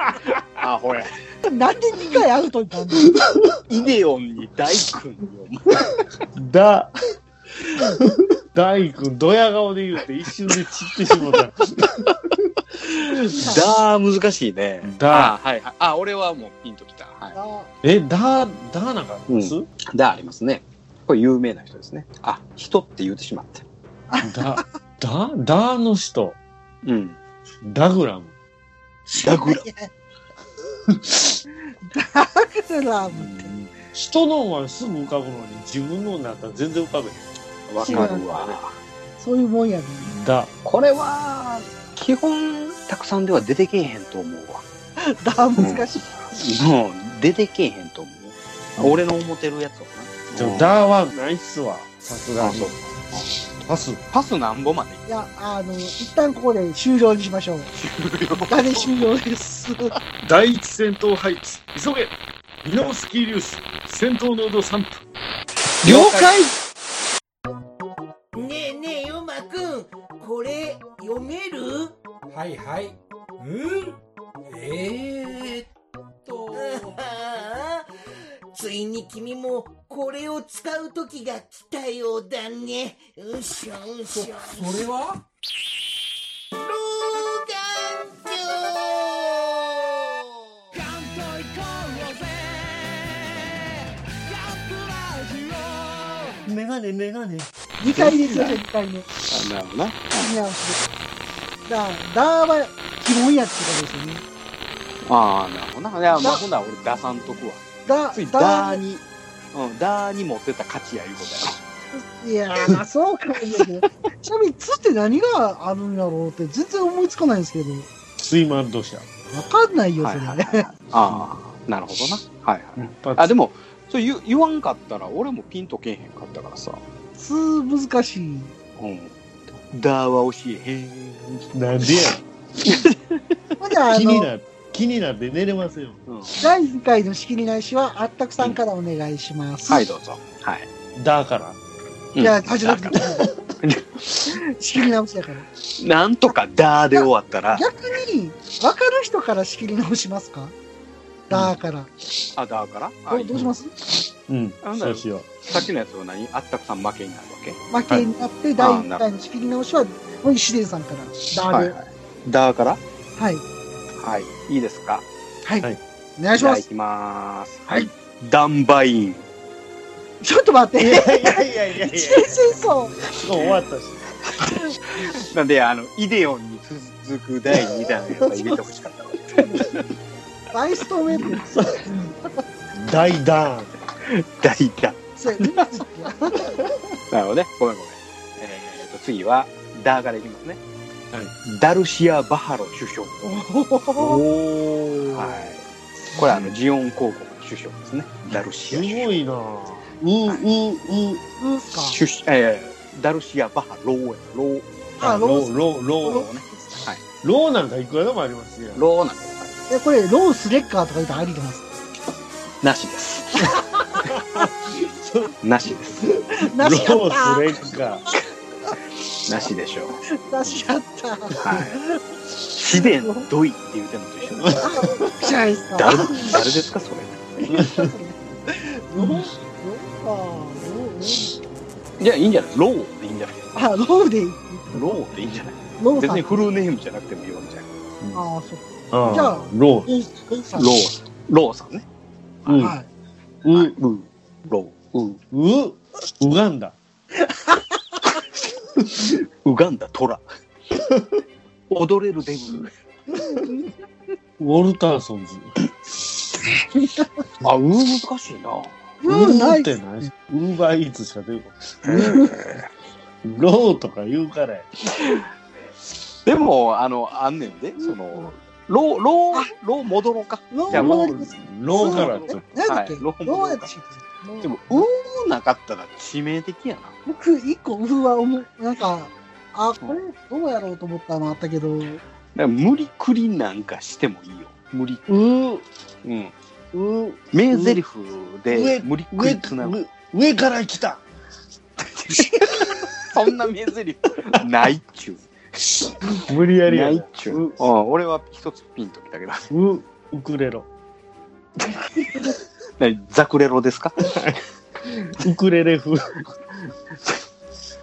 あ、ほや。
なんで2回アウトになるの
イデオンに大君よ。
だ大君ドヤ顔で言うて一瞬で散ってしもった
ダー難しいね。
ダ
あ、はいはい。あ、俺はもうピンときた。はい。
あ
えだだなんかです、
ダーありますね。これ有名な人ですね。あ、人って言うてしまった。
だだだの人
うん。
ダグラム
ダグラ
いやダグラムって。
人のはすぐ浮かぶのに自分のになったら全然浮かべへ
わかるわ。
そういうもんやね。
んだ
これは、基本、たくさんでは出てけえへんと思うわ。
ダー難しい。
もう、出てけえへんと思う。俺の思ってるやつ
ち
を
ょ
な。
だはないっすわさすが
あ
に
そう
パス
パスなんぼまで
いや、あの、一旦ここで終了にしましょう。終了終了です。
第一戦闘配置急げミノスキー粒子戦闘濃度3分
了解
ねえねえ、ヨマくん、これ、読める
はいはい。うんえー、っと。
ああ ついに君も、これを使う時が来たようだね。うしょう
そ、
しょ。
それは
老眼鏡
メガネメガネ
2回ですよ、2回目。見
なるほどな。
直しで。だから、ダーは基本やってことですよね。
ああ、なるほどな。いや、まあ、ほな、俺出さんとくわ。
ダ
つい、
ー、ダ
ダーに、うん、ダーに持ってった価値やいうことや
ー、いやー、まあそうかもしれんけ ど。ちなみに、つって何があるんやろうって全然思いつかないんですけど、
スイマンド社
わかんないよ、
ろ。は
そ
い
れ。
はいはい。ああ、なるほどな。はいはい。
一発
あ、でも、そう言う言わんかったら、俺もピンとけえへんかったからさ。
つー難しい。
うん。ダーは教えへん。
なんでや
まだあ
気に
の、
な気になって寝れませんよ
うん。
第2回の仕切り返しは、あったくさんからお願いします。
はい、どうぞ。はい。
だから
いや、
うん
あ、じゃなくて、 仕切り直しだから。
なんとかダーで終わったら、
逆に、分かる人から仕切り直しますかだから。
あ、ダーから
どうどうします
うん
あなんだ
そ
ろ
う
う
しよう
さっきのやつは何あったくさん負けになるわけ
負けになって、第1回の仕切り直しは、石田さんから。だ
は
ー
い
で。
はい。ダーから
はい。
はい。いいですか
は
はいい。
お願いし
じゃ
ま
あ行
す。
きます。
は
はいい。ダンバイン。
ちょっと待っ
い
て。
やいやいやいやいや
一年戦争。
しかも終わったし
なんで、あの、イデオンに続く第2弾やっぱ入れてほしかったわ。
バイストメル。
大ダーン
第1弾。
そう
なるほどね。ごめんごめん。えっと、次は、ダーからいきますね。
はい
ダルシア・バハロ首相。
おお、
はい。これ、あの、ジオン高校の首相ですね。ダルシ
す
ア首相
ご。いなううう
うんすか。
出資えーダルシア・バハ・ローエロー
あロー
ローロ
ロ
ー
ーねはい
ローなんかいくらでもありますよ
ローなんです
え、こ れ、ロースレッカーとか言うとありなんですか
なしですなしです。
なしや
ロ
っ
ース
た
レンガ。
なしでしょう。
なしやった
はい。秘伝ドイって言うてんのと一緒です。
じゃないですか。
誰、誰ですか、それ。
ロロー
いや、いいんじゃないローでいいんじゃない
あ、ローでいい、
ローでいいんじゃない
ロー
別
さん。
に
あ
フルネームじゃなくてもいいわけじゃない。
あ、そう。
じ
じゃあ
ロ
ローさん。
ロー、ローさんね。
ー。うん。、
はい。
はいうう、ロー、う、
う、ウガンダ。
ウガンダ、トラ。踊れるデブ。
ウォルターソンズ。
あ、う、難しいな。
うん、
ー
な
っ
い。
てないウーバーイーツしか出てこない。ローとか言うからや。
でも、あの、あんねんで、その、ロー、ロー、ロー戻ろうか。
ロ
じゃ
ー
あ
戻
も
り
う
ます。
ローからちょっ
なんだっけ
はい
ロ
ロ
ー
ー
やったし。
でも、うーなかったら致命的やな。
僕、一個、うわ、思う、なんか、あ、これ、どうやろうと思ったのあったけど、
だから無理くりなんかしてもいいよ。無理。
と。う、
うん。
う、
名台詞
上
で無理く
上
りつなぐ。
上から来た。
そんな名台詞 ないっちゅ
無理や
う。
り
な
や
いっ
な。
ちゅう。うん、俺は一つピンときたけど。
う、ウクレロ。
なにザクレロですか
ウクレレ風。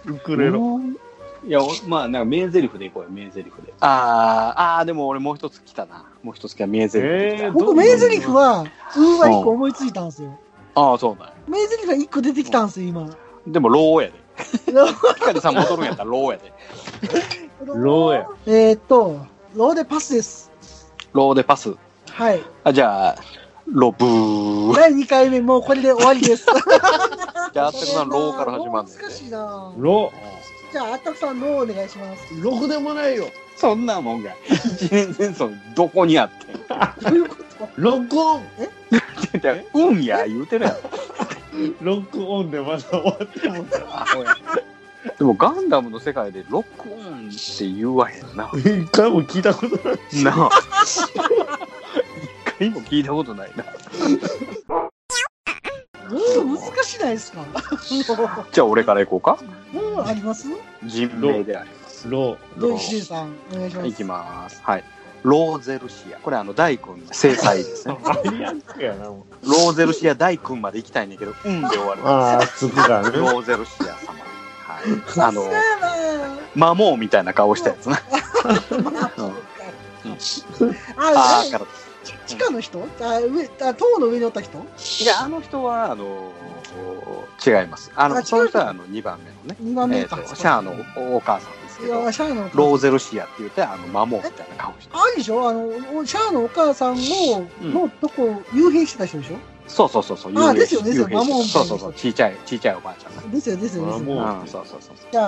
ウクレロ。
うんいや、おまあ、なんか名台詞でいこうよ、名台詞で。あー、あーでも俺もう一つ来たな。もう一つ来た、名台詞で来た。
えーど
僕、名台詞は、うわ、一個思いついたんですよ。
ああ、そうだよ。
名台詞が一個出てきたんですよ、今。
でも、ローやで。
ロー
ヒカルさん戻るんやったら、ローやで。
ローや。
えーっと、ローでパスです。
ローでパス。
はい。
あ、じゃあ、ロブー。
第2回目、もうこれで終わりです。
じゃあ、あったくさん、ローから始まるんで。
難しいな
ロ
じゃあ、あったくさん、ローお願いします。
ー。ろくでもないよ。
そんなも んが、一年戦争、どこにあってん
どういうこと
ロックオン。
じゃあうんや言うてるやろ。
ロックオンでまだ終わっても。
でもガンダムの世界でロックオンって言わへんな。
一回も聞いたことない。
なあ。一回も聞いたこと ないな。
うん、難しいないですか。
じゃあ俺から行こうか。
うん、あります。
人名であります。
ロ
どうしさん、お願いしま
い
す。
きます。はい。ローゼルシア。これあの大君の制裁です ね。
ー。マニアックやな、もう。
ローゼルシア大君まで行きたいねんだけど、うんで終わる。
ああ、つくからね。
ローゼルシア様。はい。 あ
さす
の
が、やな
魔王みたいな顔したやつな。うんあ
あ
あ、
あ、
から
ち地下の人、あ、上、あ、塔の上におった人。
いや、あの人は、あの違います。あ
あ違
の、
う
その人は、あの、2番目のね、
二番
え
目
っ、
か。
と、シャアのおお母さんです
い
けど
や、、シャアの。
ローゼルシアって言って、あの、魔王みたいな顔して。
あれでしょあの、おシャアのお母さんの、
うん
のとこ、幽閉してた人でしょ
そうそうそう、そう、
あ
幽霊
ですよねですよ
幽霊
魔王みたい
そ
な
うそうそう、ちいちゃい、ちいちゃいおばあちゃんね。
ですよ、ですよ、です
あ
よ。
も
うん、そうそうそうそう。
じゃあ、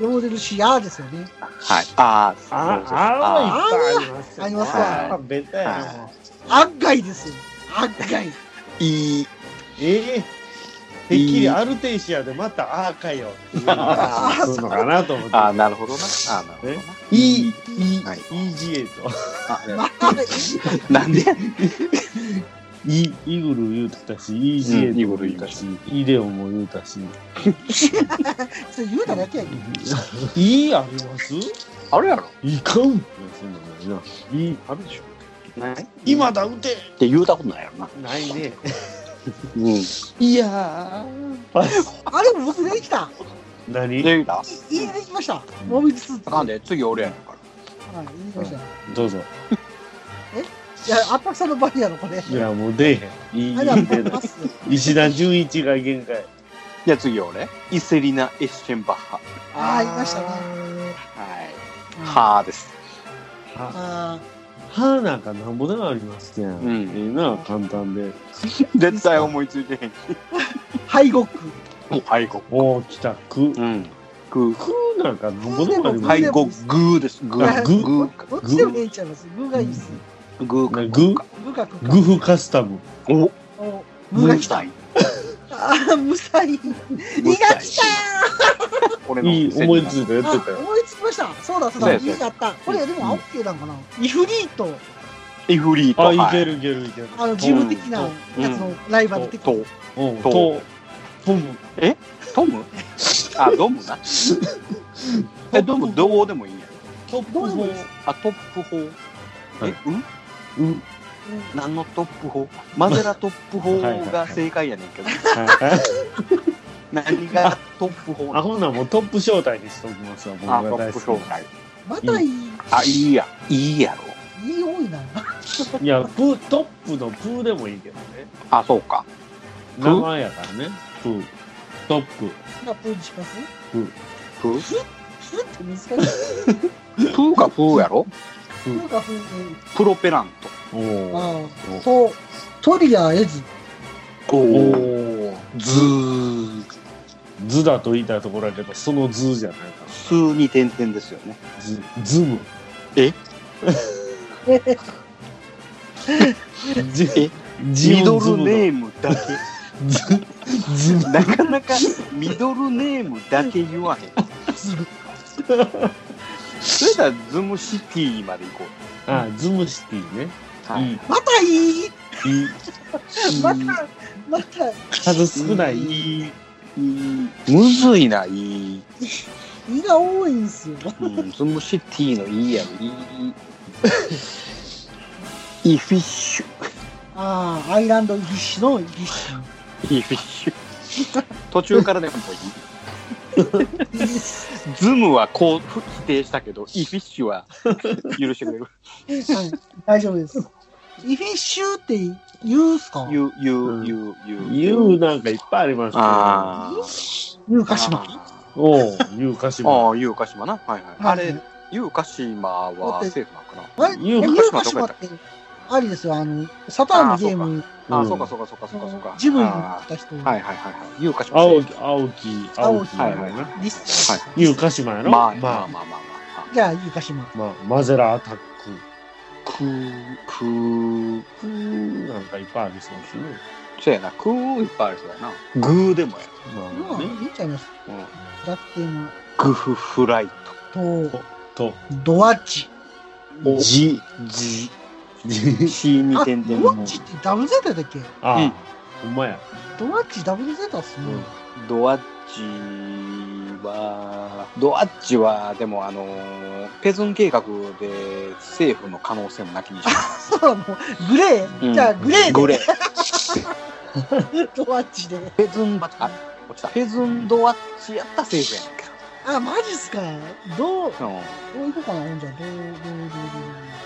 ローゼルシアですよね。
はい。あー
あ
そうそうそうあ
あー、いっぱいありますよ。
あります
わ
あーベタやな。
あっがいですよ。あっがい。
ーいい。
ええてっきりアルテイシアでまたあーかよっていうの がするのかなと思って。
あーなるほどな。あーなるほどな。
いい、いい、
はい
EGA と。
あ
まあ、
なんでやねん
イイグル言うてたし、EGA も言うたし、イデオンも言うたし。
それ言うただけやけど。
いいあります
あれやろ。
いかんそんなのないな。いいあるでしょ。
ない
今だ撃て
って言うたことないやろな。
ないね。
うん。
いやー。パス。
あ、でも僕出てきた。
何
で、だ
いい出てきました。モビルスーツ。
なんで、次俺やねんから。
はい、言いました。い
どうぞ。
や、あったくさんの番やろ、これ。
いや、もう出えへん。いい、
あ、じゃあ、
出
僕
ない
パ。ス。
石田純一が限界。
じゃあ次俺。イセリナ・エッシェンバッハ。
ああ、言いましたね。
はい。
うん。
はーです。
あ
歯なんかなんぼでもありますけん。
う
え
ん。
えな、簡単で。
絶対思いついてへん。
ー、ハイゴック。
お、はい、こ
おー、来た。く
う。ん。グー。
くなんかなんぼでもあり
は
ま
い
す
い、ご、グーです。グ
あ
ー。
グー
グ
どっちでもええんちゃいます。グーがいいっす。
ー。グー。
なグ
グーが来るか。
グフカスタム。
お、
おムが
ムが
来
来
た
た。。
ああ、ムサイ。
ム
二が
サイ
来た
俺の
いい思いつ
い
いてやってた
あ
よ。
思いつきました。そうだ、そうだ。
そうや
いいやった。これ、でも、オッケーなんかな。イフリート、
て。イフリー
あ、
ト。
いけ
る。
るいけるいける。
あの、ジム的なやつのライバル的な。
と、
うん、
と
と、ボム。
トムあ、ド ムな。え、ドム、どうでもいいんや。
トップ
どうでもいい
ボ
で
あ、トップ法。
は
え、
い
うん
うん。
何のトップ法マゼラトップ法
はいはいは
が
い
正解やねんけど、
はい
何がトップ 法
あ、
なの
ほんならもうトップ招待にしておきますわ、僕
あ、
が
ト
大好
ップ
き
紹介。
またいい、
あ、いいや。いいやろ。
いい多いな。
いや、プー、トップのプーでもいいけどね。
あ、そうか。プー
名前やからね。プー。トップ。
な、プーにします
プー
プーって難しい。
プーかプーやろ
プーがプーで。
プロペラント。
おー
ああ、と、とりあえず、
お
おー。
ズー。
図だと言いたいところやけど、その図じゃないか
数に点々ですよね。
ら。図、ズム。じ
え
ジ
ミ
オ
ド
ンズ
ル
ムの
ネームだ け。
ズズム。
なかなかミドルネームだけ言わへん。
ズム。
それだらズムシティまで行こ
あ、ズムシティね。
う。はい。
い
またいい
い。いい。
また、また、
数少ない。
いい。むずいな、いい。
胃が多いんすよ。
うん、ズムシティのいいやろ、いい。イフィッシュ。
ああ、アイランドギッシュのギッシュ。
イフィッシュ。途中からでもいい。
いいです。
ズムはこう否定したけど、イフィッシュは許してくれる。
はい、大丈夫です。イフィッシュって言うんすか
言う、言
う
う、
ん
言う、言う。
ユーなんかいっぱいありますけど。
ああ。
言うかしま。
おう、ユーカシマ。
ああ、ゆうかしまな。はいはい。あれ、ゆうかしまはセーフなのかな。
あれ
ユ
え
ー
言
カ
うか
シマ
しまって、ありですよ。あの、サターンのゲーム、
うん
ああ、そうかそうかそうかそうかそうか。
ジブリに行
あ
った人、
あはいはいはいはい。ゆうかしま。
青
は
木、青木、
青
青
木
木。
はいはいは
リス
い。
ユーカシマやろ
まあまあまあ
ま
まあまあ。
じゃあ、言うかしま。
あ、まあ、マゼラアタック。
くー、くー、
うーんなんかいっぱいありそうですね。
そうやな。くーいっぱいあるそうやな。ぐーでもや。
まあ
まあ、
ね。
言っちゃいます。
うん
だってもう、
グフフライ
と、
と、
ドワッチ。
ト。じ、
じ、
じ、しに
あ、ド
点々
ワ
の
ッチってダブルゼータだっけ
ああ、ほんまや。
ドワッチダブルゼータっすね。
うん
ドアッチは、ドアッチは、でもあのー、ペズン計画で政府の可能性もなきにしもあ
そうなの グレー、
うん
じゃあ、グレー
らず
で。
グレー。
ドワッチで。
ペズンバあ落ちた。ペズンドアッチやった政府やんけ。
あ、マジっすか。どう、
うん
どういこうかな、ほんじゃ。どう、どう、どう、どう。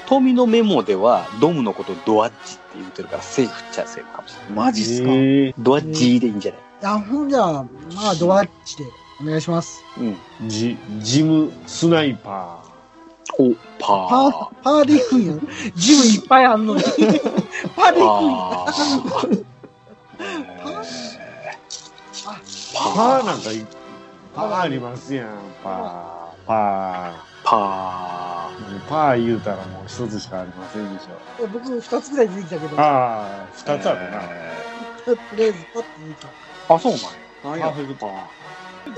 富のメモではドムのことドアッチって言ってるからセーフっちゃセーフかもしれない。
マジっすか。
え
ドアッチでいいんじゃない、
あ、ほんじゃあ、まあ、ドワッチでお願いします。
うん。
ージ、ジム、スナイパ
お、パー。
パー、パーで行くんや。ジムいっぱいあんのに。 パーで行くんや。
パー。
ー。
え
パーなんかいパーありますやん。パー、パ
ーパ
ー。もうパー言うたらもう一つしかありませんでしょ。
え僕、二つぐらい出てきたけど、と
ああ、
ー。
二つあるな。
え
りあえずパッて出てきた。
ーあ、そうなんや。
パーフェクト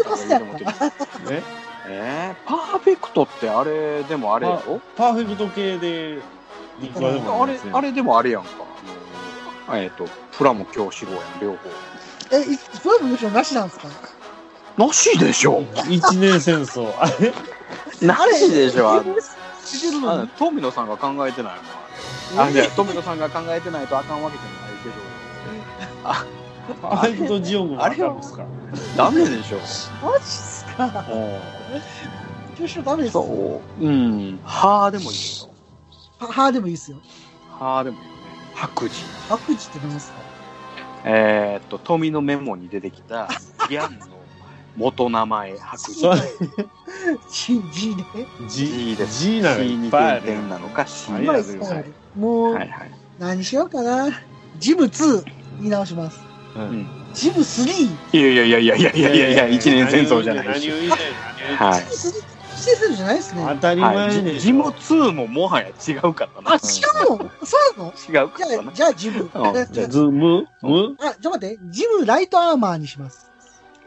パスやった
た。
え
えー、パーフェクトってあれ、でもあれやろ
パーフェクト系で、いくらでも
あ
り
れ
ますや、ん
あれでもあれやんか。あのえっ、と、プラも今日死亡やん、両方。
え、いそれもむしろなしなんですか
なしでしょ
一年戦争。あれ
なしでしょあ
あれ知ってるの
あ
に。
富野さんが考えてないもんあれあじゃあ富野さんが考えてないとあかんわけじゃ
パーフェクトジオンもあったんですか
ないけどダメでしょ
マジっすかむしろダメです。
そううんはあでもいいよ
は、はでもいいですよ。
はあでもいいよね白磁
白磁って何ですか
えー、っと富野メモに出てきたギャンの元名 前白磁
?G、G ね。
G
G です
G ならいっぱいある
点なのか C
あ
な
り
の
が
か
と
今
うございます
いもう
は、いはい
何しようかな。ジム2、言い直します。
うん
ジム3、ジム
いやいやいやいやいやいやいやいや一年戦争じゃない
何
し
を言いたいの
はい
3、季節じゃないですね。
当
あ、
たり
は
前
い、
で
ジ
し
ジム
ょ。
2ももはや違うから
違
な。
うのそうなの
違うか
じ
ら
ゃあ、
な。
じゃあジム。
うん
あ、
じ
じ
ゃ
ゃ
あズムム
あ、ちょっと待って。ジムライトアーマーにします。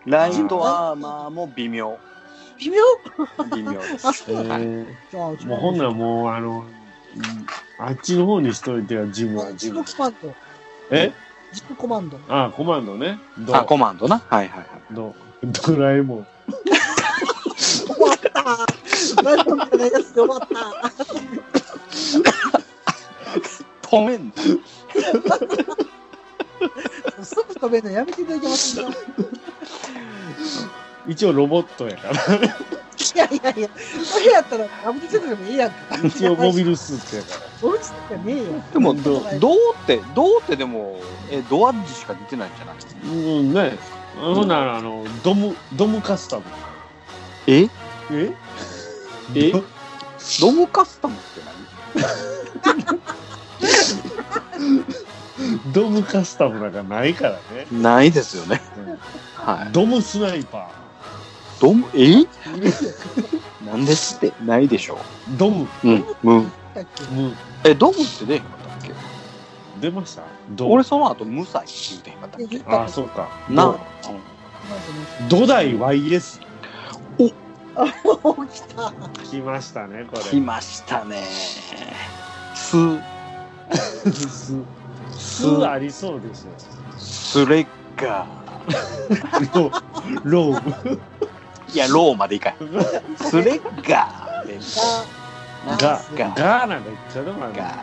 ライトアーマーも微妙。
微妙
微妙です。
あ、 そう
え
なのじゃあ、
ー
ちょっと
もうほんならもうあの、あっちの方にしといてよ、ジム
あ
はジ
ジ
ム
ム。スパンと。
え
ジップコマンド。
ああ、コマンドね。ド
あ、コマンドな。はいはいはい。
ドドラえもん。
終わったラジオみたいなやつで終わった
止めんな。
すぐ止めるのやめていただけますかい
一応ロボットやから。
やいやいや、それやったら、アブディチェックでもいいやんか。
一応モビルスーツやから。
そういう人じゃねえよ。
でも、
ど
どうって、どうってでも、え、ドアッジしか出てないんじゃない
うん、ね。ほんなら、あの、ドム、ドムカスタム。
え
え
えドムカスタムって
ドムカスタムなんかないからね。
何ないですよね。はい。
ドムスナイパ
ドム、えなんですって、ないでしょ
ー。ドム。
う。うん、ム。
だっけ
ム。
え、ドムって出へんかったっけ
出ましたドム
俺その後、無罪って言うてへんかったっ
言っ
け
あ
た
あ、そうか。
な
ド土台 YS。
お、来た。
来ましたね、こ
来
れ。
ましたね。す、
す、すありそうですよ。
スレッガー。
ロー、ロー
いや、ローまでいか
ブ。
ん。スレッガーで。
あ、
ガー、
ガー。
ガーなんか言っちゃうのか
ガ
な。
ー。はい。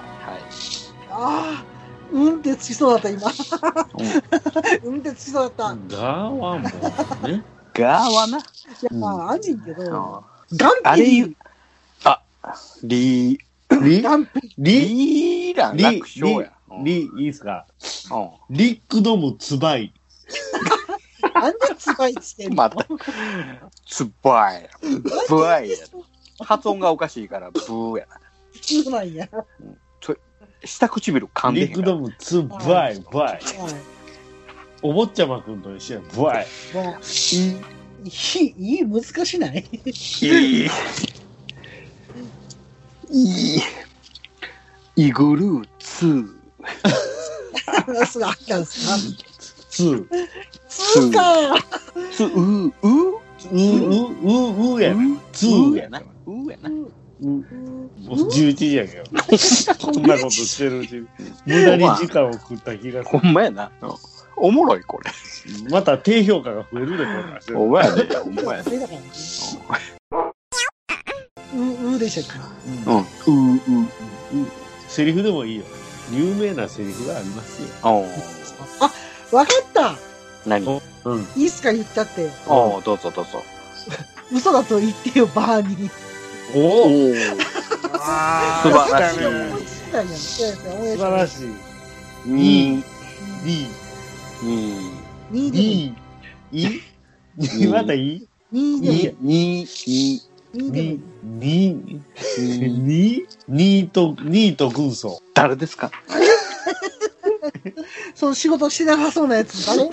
あー、運転しそうだった、今。運転しそうだった。
ガ
い
ーはもうね。
ガーはな。
や、まあ、あんねんけど、
うん
ガン
あ
ピ
れ
リ
言う。あ、リー、
リ
ガンピリ
リ、
リーラン
リ、
楽
リ
勝や。、
リ、いいっすか。
うん
リックドムツバイ。
あんでつばいしてんの
また、 つばい。ぶわいや。発音がおかしいから、ブーやな。
そうなんや。は
下唇噛んでへ
リ
ん
ッ
か
ク
ら。
ドムツバイ、バイ。
い。
お坊ちゃまくんと一緒や、バイ。
まあ、いい、いい、難しない
いい。いい。イグルーツー。
そうあったんすか
ツー。
つーか
ツー、うー、う
う、う、う、うやな。
ー、
ツー
やな。うーやな。
もう11時やけど。こんなことしてるうちに。無駄に時間を食った気がす
ほ
る。
んまやな。うんおもろいこ
また低評価が増えるで、こんなんして
れ。
る
お前やね。お前やね。
それだからねう、うでしたっ
うん。うー、うー。
セリフでもいいよ。有名なセリフがありますよ。
あ
けわかった
あ。何あ
うん。
いいっすか言っちゃって。
あ、どうぞどうぞ。
嘘だと言ってよ、バーに。
おお
お。素晴らしい
いや思いついたんやん。いやいや、思い
素
つい
晴
た
らしい。
に、
D、
に、
2でもいい。
D、E? また E?
2でもいい
に、に、に、。
2でもい
に
い。、
に、に、にと、にと軍曹。
誰ですか
その仕事しなさそうなやつだね。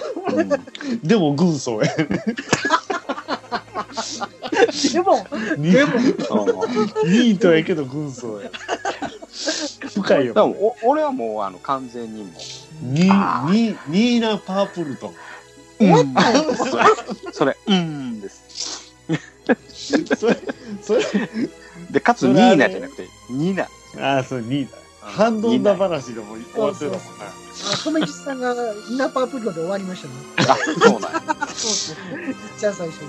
でも軍曹や。
でも、
に、にとやけど軍曹や。深い
でも
よ。
お俺はもうあの完全にも
に
あ、
に、ニーナ・パープルトン。
う、
思っ
うん、
たよ。
それそれうんです
それ、それ、
でかつ
そ
ニ
れあれ
ーナじゃなくてニーナ
ああ、そう、ニーナ。ハンドンダ話でも終わってたもんな。
あ、とめきちさんがイナパープルドで終わりましたね。
あそうなんや
そうそう。言っちゃう最初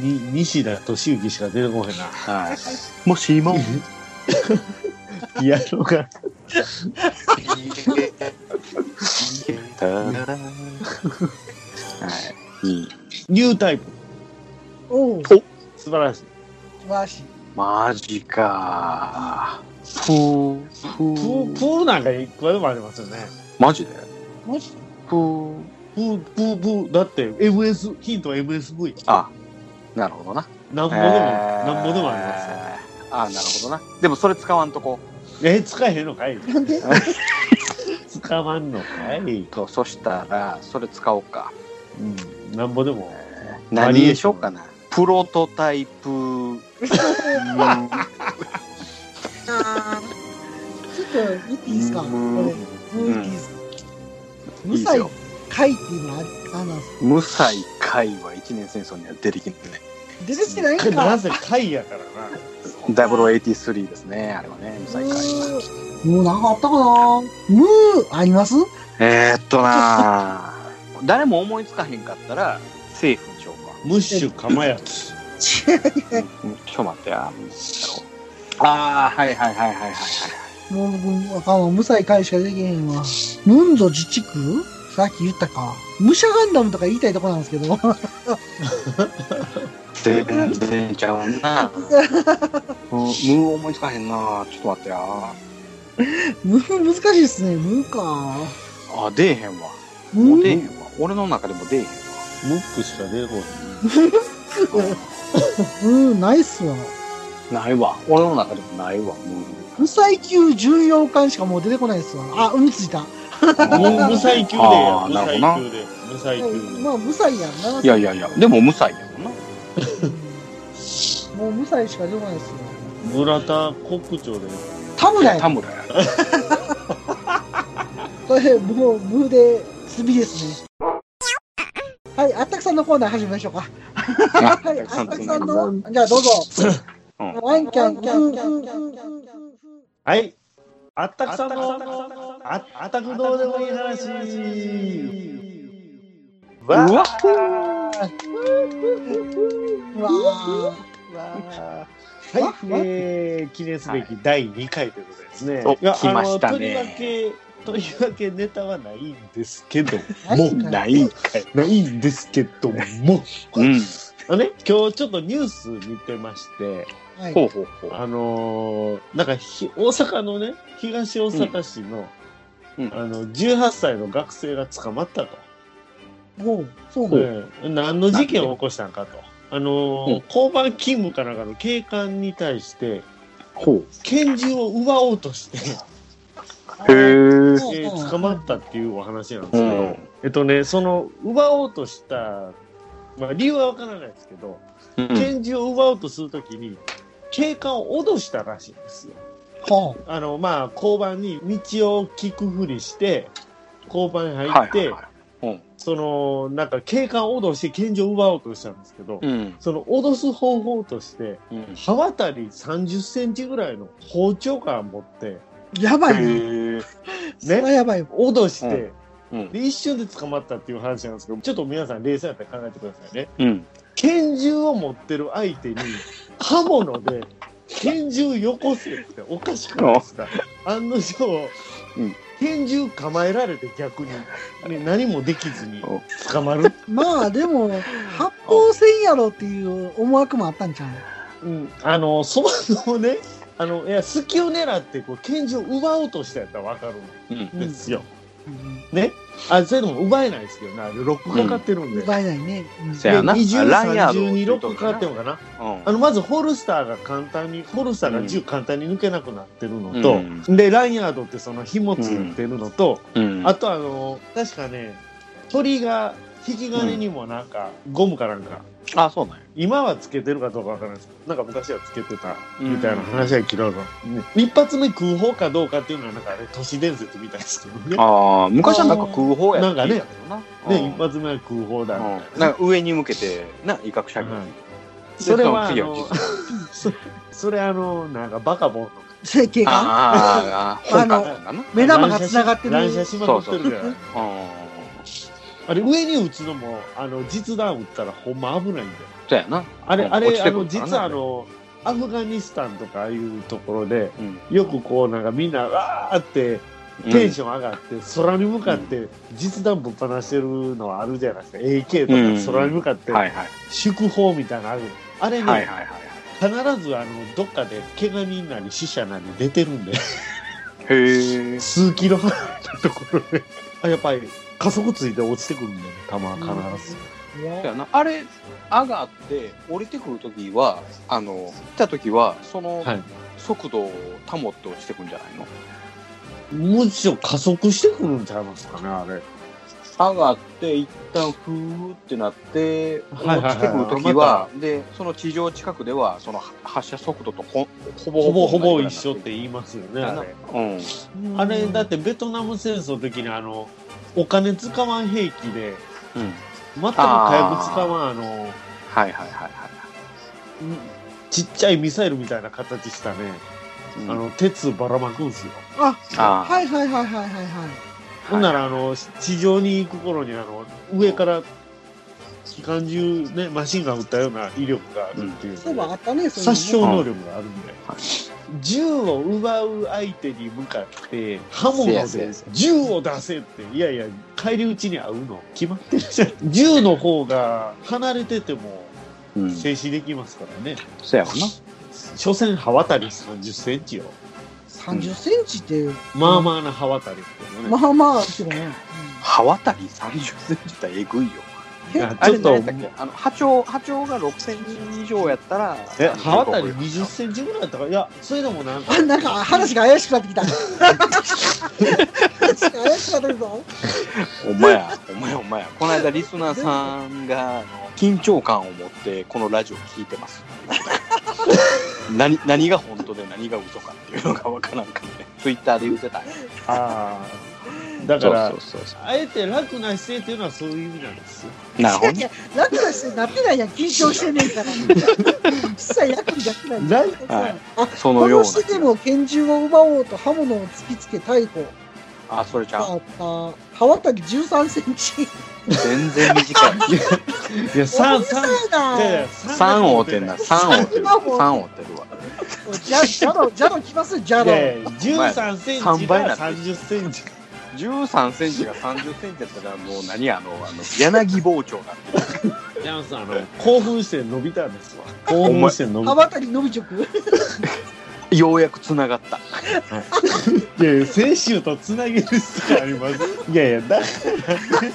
に。
に、西田敏行しか出てこへんな。
はいもしも
ピアノが。
たららはいいい
ニュータイプ。
おう、
お
素
素晴らしい。
晴らしい。
マジかふーふ
プー、プ
ー
ーなんかいくらでもありますよね。
マジで
もし、
ふー
プー、プー、プー、だって、MS、ヒントは MSV。
あなるほどな
なんぼでも、なんぼでもありますよ。
あーなるほどなでもそれ使わんとこ
え、使えへんのかい
なんで
使わんのかい
とそしたらそれ使おうか
うん、なんぼでも。
何でしょうかなプロトタイプうん
あーちょっと言っていいですかこれ。
うん
もう言っていいですか
ん
無
いいです
罪
よ
会っていうのはありあなんですか
無才会は一年戦争には出てきてない
出てきてないんか。
なぜ貝やからな。
0083ですね、あれはね、無罪会。
もうなんかあったかなムーあります
えー、っとなあ誰も思いつかへんかったら、セーフにしようか。
ムッシュかまやつ。
うんちょっと待ってや。ああ、はいはいはいはいはい。
もう僕、あかんわ。無才回しかできへんわ。ムンゾ自治区さっき言ったか。武者ガンダムとか言いたいとこなんですけど。
全然ちゃうな。うん、ムー思いつかへんな。ちょっと待ってや。
ムー難しいですね。ムーか。
あ、出えへんわ。
ム
もう出えへ
ー
んわ。俺の中でも出えへんわ。
ムックしか出てこ ない。
ムーないっすわ。
ないわ。俺の中でもないわ。ム
無才級14巻しかもう出てこないっすわ。あ、海ついた。
ー
もう無才級でや
あ。ー
無
なるほ
才
どな。
級で。無才級
まあ、無才やんな。
いやいやいや、でも無罪やもん な。
もう無才しか出てこないっすわ。
で。村田国長で。
田村
田
や。
村や。
これ、もう、ムーで、スビですね。はい、あったくさんのコーナー始めましょうか。はい、あったくさんの、じゃあどうぞ。
うん
ワンキャンキャンキャンキャンキャン。
はい。あったくさんの、ああったくどうでもいい話。わ
う
うわ
わ
はい、えー、記念すべき第2回ということですね。
お
いや
来ましたね
あのとりわけ、とりわけネタはないんですけど、
ー
もう
何
ないんかい。
ないんですけども、
うん。
あのね、今日ちょっとニュース見てまして、
はい
ほうほうほう。
あのーなんかひ大阪のね、東大阪市の、
うんうん
あの18歳の学生が捕まったと。
もう、そうなの
うん何の事件を起こしたんかと。あのー
うん
交番勤務かなんかの警官に対して、
ほう。
拳銃を奪おうとして、
へえ。
えー捕まったっていうお話なんですけ
う
ど、
ん。
えっとね、その奪おうとした、まあ、理由はわからないですけど、
うん
拳銃を奪おうとするときに、警官を脅したらしいんですよ。
は
あの、まあ、交番に道を聞くふりして、交番に入って、
はいはいはい
その、なんか警官を脅して拳銃を奪おうとしたんですけど、
うん。うん。
その脅す方法として、
うん
刃渡り30センチぐらいの包丁から持って、
あやばいね。
へえ。
それはやばい。
脅して、
うん。
で一瞬で捕まったっていう話なんですけど、ちょっと皆さん冷静だったら考えてくださいね。
うん。
拳銃を持ってる相手に刃物で拳銃よこせっておかしくないで すか案の定、
うん
拳銃構えられて逆に、ね、何もできずに
お
捕まる、
まあ、でも、発砲せんやろっていう思惑もあったんちゃう
うん、あのそもそもねあのいや隙を狙ってこう拳銃を奪おうとしたやったら分かる
うん。
んですよ、
うん
ねあそれでも奪えないですけどねあれロックかかってるんで、
奪えないね。うん
せやな。
で20、
ライア
30
ー
にロ
ド
ック
を取っ
かかって
と
る
い
のかな
たらうん
あのまずホルスターが簡単にホルスターが銃簡単に抜けなくなってるの
う
と、
ん
でラインヤードってその紐ついてるのと、
うん
あとあの確かね鳥が引き金にもなんか、ゴムかなんか
あ、そうなんや。
今はつけてるかどうかわからないですけどなんか昔はつけてたみたいな話は聞いたことあるね一発目空砲かどうかっていうのはなんかあれ都市伝説みたいですけどね
ああ、昔はなんか空砲やって言うけどな
ね一発目は空砲だみたいな
うんなんか上に向けて、な、威嚇射撃。
はい
で
それは
その次は
あの
実弾
それあのなんかバカボンの
整形が
あーあー、本かなんかな。
目玉が繋がってる。
乱射しまくってるじゃない
うん。
あれ上に打つのもあの実弾打ったらほんま危ないんだよ
そうやな。
あれ、
うん
あ
落
れ、
ちて
あの、
くるからね
実はあの、アフガニスタンとかああいうところで、
うん。
よくこう、なんかみんな、わーって、テンション上がって、空に向かって、実弾ぶっ放してるのはあるじゃないですか。AK とか空に向かって、
はいはい。
祝砲みたいなのある。あれ
はいはい
ね、
はい。
必ずあの、どっかで怪我人なり死者なり出てる んで、
へえ。
数キロ離れたところ で。あやっぱり、加速ついて落ちてくるんだよね、弾は必ず。
そうやな。あれ、上がって降りてくるときは、あの、来たときは、その
はい
速度を保って落ちてくんじゃないの
むしろ加速してくるんちゃいますかね、あれ。
上がって、一旦ふーってなって、
はいはいはい
落ちてくるときは、で、その地上近くでは、その発射速度とほほぼ
ほぼほぼ一緒って言いますよね、あれ。
うん。
あれだってベトナム戦争の時にあのお金使わん兵器で
うん。
全く火薬使わんあの
はいはいはいはい。
ちっちゃいミサイルみたいな形したね、あの鉄ばらまくんですよ。
あ、
あー
はいはいはいはいはいはい。
ほんならあの地上に行く頃にあの上から機関銃ねマシンガン撃ったような威力があるっていう、
そういえばあったね、そういうの
殺傷
ね
能力があるんで、銃を奪う相手に向かって刃物
せや
で
せ
銃を出せっていやいや返り討ちに合うの決まってるじゃん銃の方が離れてても
うん
静止できますからね
そやわな
所詮刃渡り3 0ンチよ
30センチって、
まあまあな刃渡りっていうのね、
まあまあ、すごいね。
刃渡り30センチってえぐいよ
いや
あ
ち
れ
ょっと
何やったっけあの波長波長が6センチ以上やったら
え刃渡り
り
20センチぐらいだったからいやそれでもなんか
あ、なんか話が怪しくなってきた。話が怪しくなってるぞ。
お前やお前やお前やこの間リスナーさんがあの緊張感を持ってこのラジオ聞いて ますって言ってた何何が本当で何が嘘かっていうのが分からんからねツイッターで言ってたんや
ああだから
そうそうそ
あえて楽な姿勢っていうのはそういう意味なんですよ
うなるほど
い
ね
やいや、楽なしてなってないやん、緊張してねえから。実際役に立ってない
ない
はい
あ、
そのよう
殺
な
してでも拳銃を奪おうと刃物を突きつけ逮捕
あそれちゃ
が
う
あった。刃渡り13センチ。
全然短い
いや三三いやいや
3
三
合てんな3合てるわ3合てるわ
じゃ、じゃの、じゃの来ます、じゃ
い
の。
やいや十三センチ
三倍な
が
んて
三十センチ
13センチが30センチやったらもう何あのあの柳包丁なんて
ジャンさんあの興奮して伸びたんですわ興奮して伸びた
刃渡り伸び直
ようやくつながった
いやいや先週とつなげる必要ありますいやいやだから ね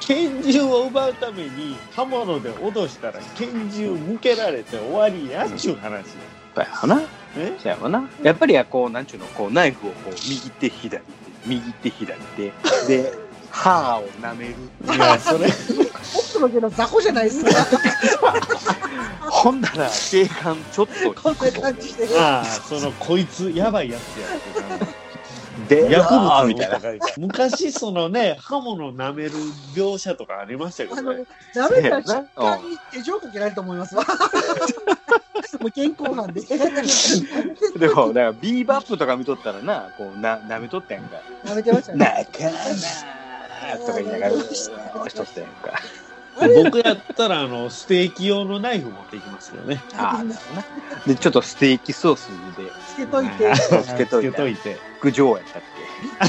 拳銃を奪うために刃物で脅したら拳銃向けられて終わりやっちゅう話
だよな
え
そうやわなやっぱりやこうなんちゅうのこうナイフをこう右手左手右手左手 で歯を舐める
いやそ れ
奥の毛の雑魚じゃないですか。
ほんなら警官ちょっ
こんな
と
感じで。
ああそのこいつやばいやつやってなる
で
薬物
み
み
た
た
い
い
な
な。昔、そのね、刃物舐める描写とかありましたけ
あ
ど
の
ね。、
ダメな瞬間に手錠かけられると思いますわ。もう健康犯で。
でもだからビーバップとか見とったらなこうな舐めとったやんか
やめてまし
「
たね。
なかな」とか言いながらうーしとったやんか
僕やったら、あの、ステーキ用のナイフ持っていきますよね。
ああなでちょっとステーキソースで
つけといて、
そうつけとい
つけと
て
いて。
陸上やったっ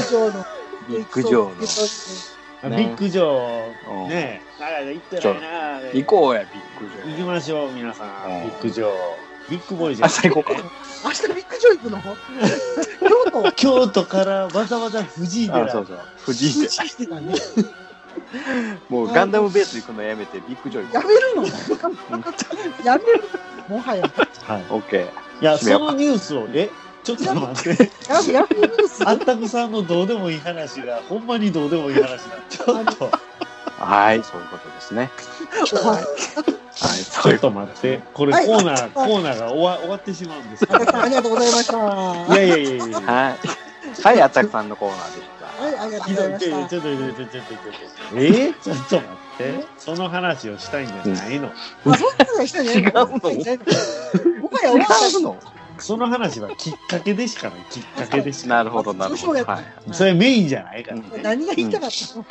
以上の。
け陸上の
つけ
あ
ね
ビッグジョ
うん
ー、ねえ。なかなか行ってないな
行こうや陸
行
上
きましょう、皆さん。
うん
ビッグジョー。ビッグボーイじゃ
あ
ん。
最高か
といて明日ビッグジョー行くの京都
京都からわざわざ藤井
あそ
寺
う。そう藤井
通
で
知してたね。
もうガンダムベース行くのやめてビッグジョイ
やめるのやめるもはや。
はい。
オッケー
いや、
締めよ
そうのニュースを、えちょっと待って。
やめやめるんす
あったくさんのどうでもいい話が、ほんまにどうでもいい話だ。ちょっと。
はいそういうことですね
お前
はいそ
ち
うい
ょ
う
っ
こと
待って、これ
はい
コーナー、コーナーが終わ終わってしまうんですけど。
ありがとうございました。
い
は
やいやいやいやい
と
や。
はいはいアタックさんのコーナーでした
い、ありがと
いう
ございま
やい
し
や
た。
ちょっと、ちょっと、ちょっと、ちょっと。えーちょっと待って。その話をしたいんじゃないの。
あ、そんなことはしたね。
違うの
もはや終わったの。
その話はきっかけでしかない。きっかけでしか
な
な
るほどなるほどはい
い。それメインじゃないからね。
何が言いたかったの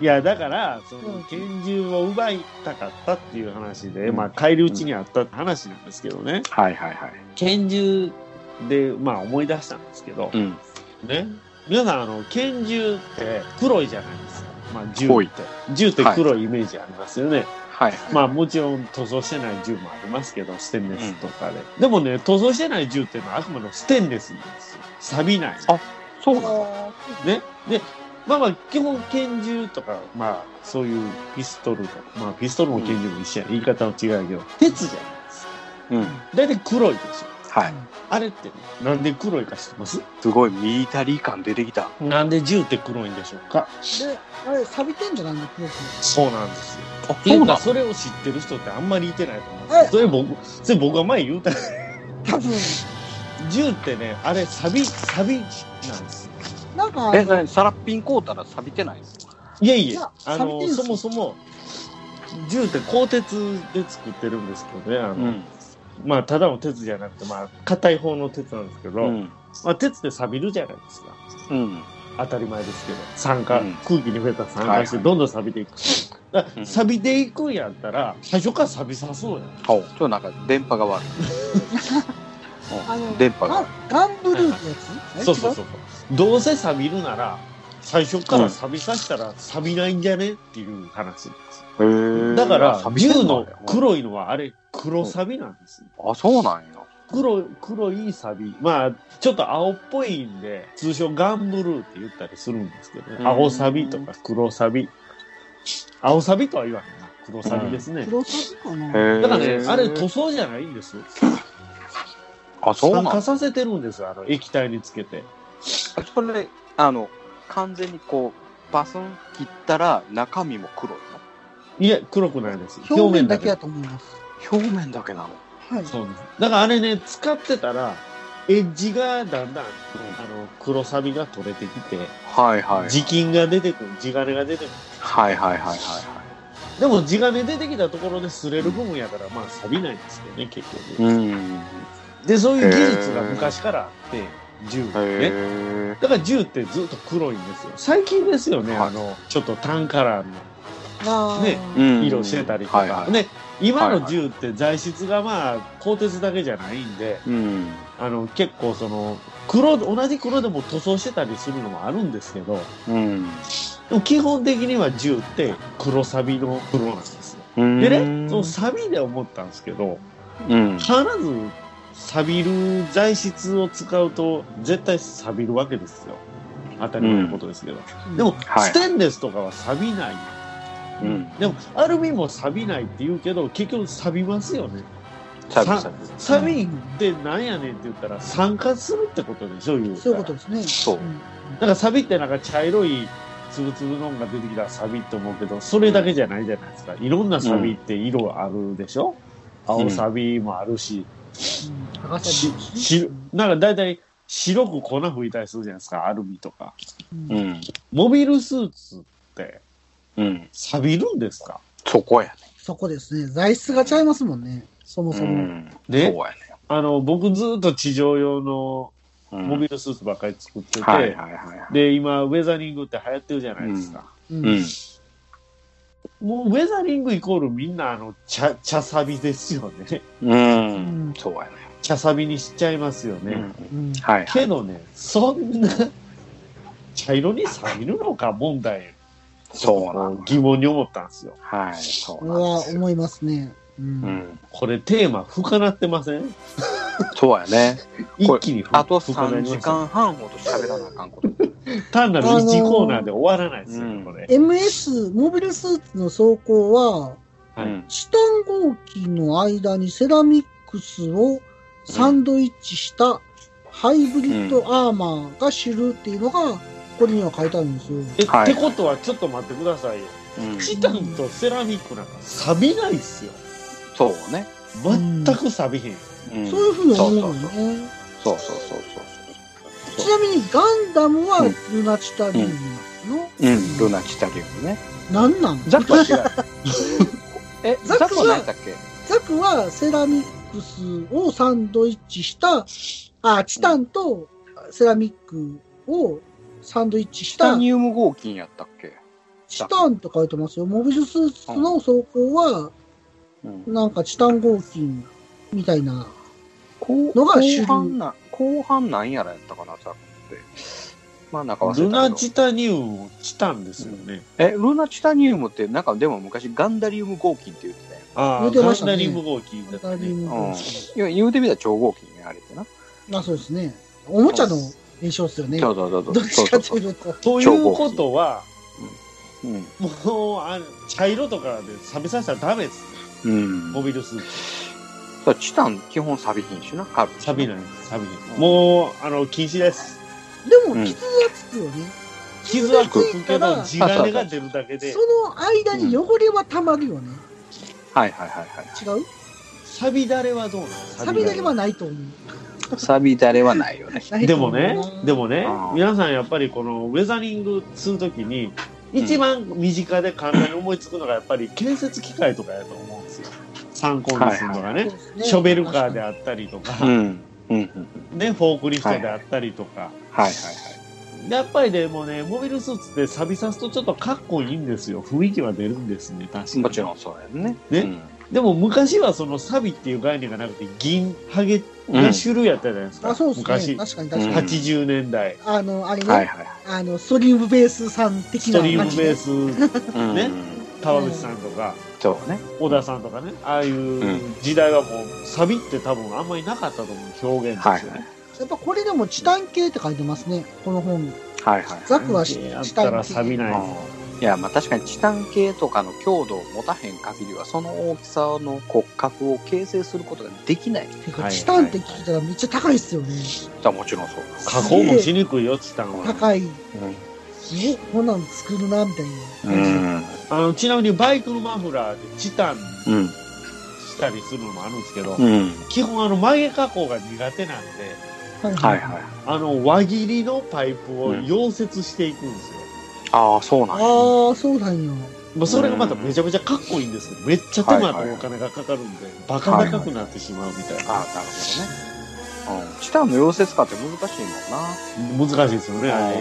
いや、だから、そ
うん
の拳銃を奪いたかったっていう話で、まあ、返り討ちにあった話なんですけどね。
はいはいはい
拳銃で、まあ、思い出したんですけど
う、ん
ね。皆さん、あの、拳銃って黒いじゃないですか。まあ、銃
ほい
って。銃って黒いイメージありますよね。
はい
まあもちろん塗装してない銃もありますけど、ステンレスとかで。でもね、塗装してない銃っていうのはあくまでもステンレスなんですよ。錆びない。
あそうなんだ
あ
ね。で、まあまあ基本拳銃とか、まあそういうピストルとか、まあピストルも拳銃も一緒や、言い方は違うけど、鉄じゃないですか。
うん
だいたい黒いでしょ。
はい
あれってね、なんで黒いか知ってます
すごいミリタリー感出てきた
なんで銃って黒いんでしょうか
ーで、あれ、錆びてんじゃないの黒く
そうなんですよ。
あ
っていうか、それを知ってる人ってあんまりいてないと思うんですよ。それ僕、それ僕が前言うた
多分、
銃ってねあれサビサビなんですよ
なんか、
えなにサラッピン買うたら錆びてないの
いやい
いや
やあ
錆びて
の
るんで
そ
す
もそも銃って鋼鉄で作ってるんですけどね、あの、
うん。
まあ、ただの鉄じゃなくて、まあ、硬い方の鉄なんですけど、
うん。
まあ、鉄って錆びるじゃないですか。
うん。
当たり前ですけど、酸化、
うん
空気に触れたら酸
はいは
化
い
して、どんどん錆びていく。だから
うん
錆びていくんやったら、最初から錆びさそうやん。
ちょっとなんか電波が悪い。
あの
電波
ガ
が
ンガンブルーのやつ
そうそう
う。
そう。どうせ錆びるなら、最初から錆びさせたら錆びないんじゃねっていう話です。だから、
銃
銃の黒いのはあれ、黒錆びなんです。
あ、そうなんや。
黒い、黒い錆び。まあ、ちょっと青っぽいんで、通称ガンブルーって言ったりするんですけどね。
うん
青錆びとか黒錆び。青錆びとは言わへんな。黒錆びですね。
黒サビかな
へえ。
だからね、あれ塗装じゃないんです。
あ、そう
酸
なん
化
や。
させてるんですよ、あの液体につけて。
それ、あの、完全にこう、バスン切ったら中身も黒いの。
いや、黒くないです。
表面だけやと思います。
表面だけなの。
はい。
そうです。だからあれね、使ってたら、エッジがだんだん、あの、黒サビが取れてきて、
はいはい。
地金が出てくる、地金が出てくる。
はいはいはいはいは
でも地金出てきたところで擦れる部分やから、まあ、錆びないんですけどね、結
い。
局。
うん。
で、そういう技術が昔からあって、銃
へ
ね。
え。
だから銃ってずっと黒いんですよ。最近ですよね、
はい
あの、ちょっとタンカラーの
あー
ね
うん
色してたりと
はいは
か、
い
ね今の銃って材質がまあ鋼鉄だけじゃないんで
うん。
あの結構その黒同じ黒でも塗装してたりするのもあるんですけど
うん。
でも基本的には銃って黒錆びの黒なんですよ
うん
でねその錆びで思ったんですけど
うん。
必ず錆びる材質を使うと絶対錆びるわけですよ当たり前のことですけど、でも、
はい
ステンレスとかは錆びない
うん。
でもアルミも錆びないって言うけど結局錆びますよね
サビサビ。
錆びってなんやねんって言ったら酸化するってことでしょ言うた
そう
ら
いうことですね。
そうん
だから錆びってなんか茶色いつぶつぶのんが出てきたら錆びって思うけどそれだけじゃないじゃないですかいろんな錆びって色あるでしょ、青錆びもあるし,、
赤
し
サビです
しなんか大体白く粉吹いたりするじゃないですかアルミとか
うん
うん。
モビルスーツって
うん。
錆びるんですか
そこやね。
そこですね。材質がちゃいますもんね。そも
う
そも。
ん。そう
ね
やね。
あの僕ずっと地上用の
うん
モビルスーツばっかり作ってて、
はいはいはいはい。
で今ウェザリングって流行ってるじゃないですか、
う
うん。
もうウェザリングイコールみんなあの茶茶サビですよね
うん。そうや
茶サビにしちゃいますよね、
ね。う
うん
んはいはい。
けどねそんな茶色に錆びるのか問題
そうなの。
疑問に思ったんですよ
はい。そ
こ
う
れ
なん
は
ですよ。
思いますね。うん
うん。
これテーマ深なってません
そうやね。これ
一気にふ
あと
深な
3
りま
時
した
間半ほど喋らなあかんこと。
単なる
あの
1
ー
コーナーで終わらないですよ
う
ね
ん
これ、
MS、モビルスーツの走行は、
う
はい
ん。
チタン合金の間にセラミックスをサンドイッチしたハイブリッドアーマーが主流っていうのが、これには書いてあるんですよ。
え
はい
ってことはちょっと待ってくださいよ
うん
チタンとセラミックなんか錆びないっすよ
そうね。
全く錆びへん
うん
そういうふうに思うのよ
そう
ね。
そうそうそうそうそう
ちなみにガンダムは
うん
ルナチタリウムなの、
そう。うん。ルナチタリウムね。
なんなん
ザクは 違う。え、
ザクは
ザクは何だっけ
ザクはセラミックスをサンドイッチした、あ、チタンとセラミックをサンドイッチし
チタ
た、
ニウム合金やったっけ
チタンと書いてますよ。モビルスーツの走行は、
うん。
なんかチタン合金みたいな。
こう
のが主流
後半な、後半なんやらやったかな、ザクって。まあ、なんか忘れたけ
ル
ど
ナチタニウムをチタンですよね。
え、ルナチタニウムって、なんかでも昔ガンダリウム合金って言ってたやん。
あ
言
あ、
うて
ガ
まし
ン
たね
ダリウム合金だったね。
うん
う
いや言うてみたら超合金ね、あれってな。
んまあそうですね。おもちゃの名称ですよね。
そ
ど
うそうそうそう。
っちかと
そう
いうと。
ということは、
そううん。
もうあの茶色とかで錆びさせたらダメです。
うん。
モビルスーツ。
そうチタン、基本錆びひんしな、軽いし
錆びない。錆びな
う
い。
ん
もう、あの、禁止です。
でも
うん
傷がつくよね。
傷はつくけ
傷
ど、
が
地
つ
いたら
金が出るだけで
そ、の間に汚れは溜まるよね。
はいはいはいは
違う
錆びだれはどうなの
サビだけはないと思う。
い。錆びだれはないよね。
ない
で
と
も
思うな
ね、でもね
あ、ー
皆さんやっぱりこのウェザリングするときに、一番身近で簡単に思いつくのがやっぱり建設機械とかやと思うんですよ参考にするのがね、
そうですね
ショベルカーであったりとか、
うん。うん。うん
ね、フォークリフトであったりとか、
はいはいはい。
やっぱりでもねモビルスーツって錆びさすとちょっとかっこいいんですよ雰囲気は出るんですね確かに
もちろんそうやんね。
ね
うん
でも昔はその錆っていう概念がなくて銀ハゲ
うん
が主流やったじゃないですか、
あ、そうです
昔
ね。確かに確かに。
80年代、
あの、あれね、
はいはい
あの、ストリームベースさん
ス
的な
ト
感
リ
じ
ーム
で。
ベース
はい。
ね
うん
川口さんとか、
そうね。
小田さんとかねああいう時代はもう錆って多分あんまりなかったと思う表現で
はい
すよ
はい
ね、。
やっぱこれでもチタン系って書いてますね。この本。
はいはい。
ザクはチ
であっ
チ
た
タン
ら錆
系。
びない
あーいや、まあ確かにチタン系とかの強度を持たへん限りは、その大きさの骨格を形成することができない。
て
は
か
い
チタンって聞いたらめっちゃ高いっすよね。
だもちろんそうです。
加工もしにくいよチタンは
高い。
うん
え、こんなん作るな、みたいな
う
感じで。
ん。
あのちなみにバイクのマフラーでチタン
うん。
したりするのもあるんですけど、
うん。
基本あの曲げ加工が苦手なんで
はい
はいはい。
あの輪切りのパイプを溶接していくんですよ、
ああ、そうなんや。
ああ、そうなんや。
まあ、それがまためちゃめちゃかっこいいんですけどめっちゃ手間とお金がかかるんで、バカ高くなってしまうみたいな、
ああ、なるほどね。うん。チタンの溶接化って難しいもんな。
難しいですよねあれ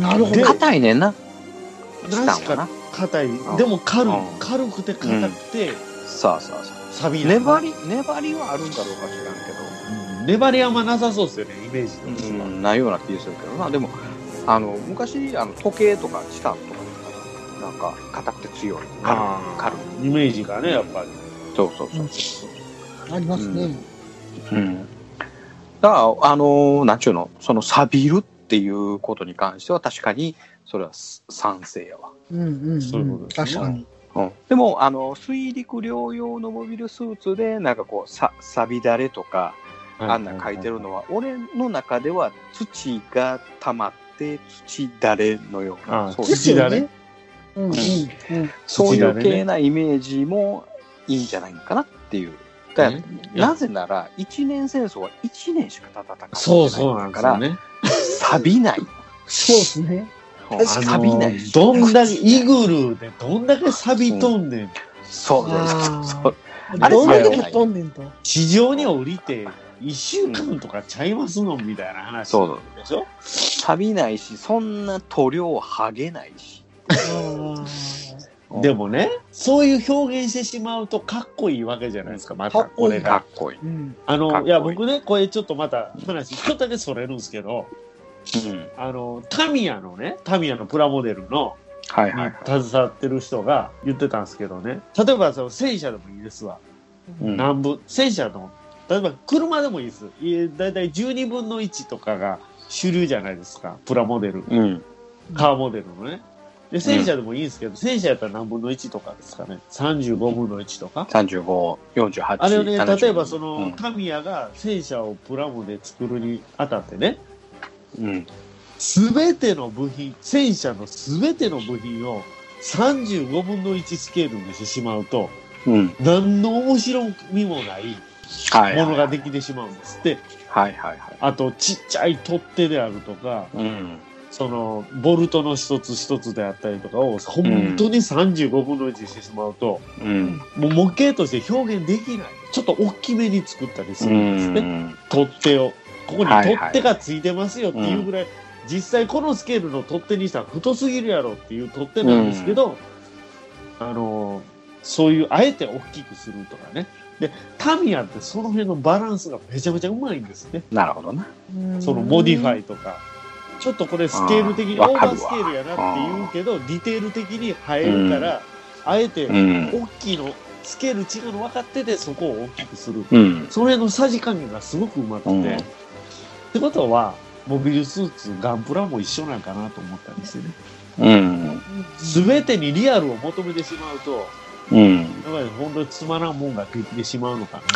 なるほ
で
ど。
硬いねんな。チタン
確
はな
か。硬い
ん
でも軽い
うん
軽くて硬くて
さあさあさあ。
錆びない
粘り、粘りはあるんかどうか知らんけど。
うん粘りあんまなさそうですよねイメージとしては、
うん、ないような気がするけどなでもあの昔あの時計とかチタンとかなんか硬くて強い軽い
あー
軽い
イメージがねやっぱり
そうそうそう、
ありますね。
うん、だからあのなんちゅうのその錆びるっていうことに関しては確かにそれは賛成やわ、
うんうんうん。
そういうことですね
確かに。
うん、でもあの水陸両用のモビルスーツでなんかこうさ錆びだれとかあんなん書いてるのは俺の中では土が溜まって土だれのよう
あー
なそういう
ですよね
土。
うんうんうん。
そう
土
い
だ
う
ね
系なイメージもいいんじゃないかなっていう。だからなぜなら、一年戦争は一年しか戦ってない
そうそうなんで
か
すよ
ら、
ね
錆びない。
そうですね。
うん
確
あ
錆び
の
ない。
ーどんだけイグルーでどんだけ錆びとんねん
そうそうそう
あ
そう。
あ
あれ
どんだけぶっ飛んねんと。
地上に降りて1週間とかちゃいますのみたいな話
そうそう
でしょ
錆びないし、そんな塗料剥げない し。
あ
うん
でもねそういう表現してしまうとかっこいいわけじゃないですかまた
かっこ
こ
いい
れ
か
が
っこいい。
ーうん。
あ
かっ
の
こい
い
い
や僕ねこれちょっとまた話ちょっとだけそれるんですけど
うん
あのタミヤのねタミヤのプラモデルの
は
に
いはいはい。
携わってる人が言ってたんですけどね例えばその戦車でもいいですわ
うん
南部戦車の例えば車でもいいですいだいたい12分の1とかが主流じゃないですかプラモデル
うん。
カーモデルのね。で、戦車でもいいんですけど、戦車やったら何分の1とかですかね。35分の1とか。
35、48。
あれをね、
72
例えばその、
うん
タミヤが戦車をプラモで作るにあたってね、
うん。
すべての部品、戦車のすべての部品を35分の1スケールにしてしまうと、
うん。
何の面白みもない
はいはい。
ものができてしまうんですって。
はいはいはい。
あと、ちっちゃい取っ手であるとか、
うん。
その、ボルトの一つ一つであったりとかを、本当に35分の1にしてしまうと、
うん。
もう模型として表現できない。ちょっと大きめに作ったりするんですね。
うん
取っ手を。ここに
はい
取
はい
っ手がついてますよっていうぐらい、実際このスケールの取っ手にしたら太すぎるやろっていう取っ手なんですけど、あのー、そういう、あえて大きくするとかね。で、タミヤってその辺のバランスがめちゃめちゃうまいんですね。
なるほどな。
そのモディファ
イ。
イとか。ちょっとこれスケール的に
あ
オ
ー
ー
わかる
バ
わ
ースケールやなって言うけど、ディテール的に映えるから、あえて
うん。
大きいのスケール違うの分かっててそこを大きくする
うん。
その辺のさじ加減がすごくうまくて、
うん
ってことはモビルスーツガンプラも一緒なんかなと思ったりしてね
うん。
全てにリアルを求めてしまうと
うん。
やっぱり本当につまらんもんができてしまうのかなと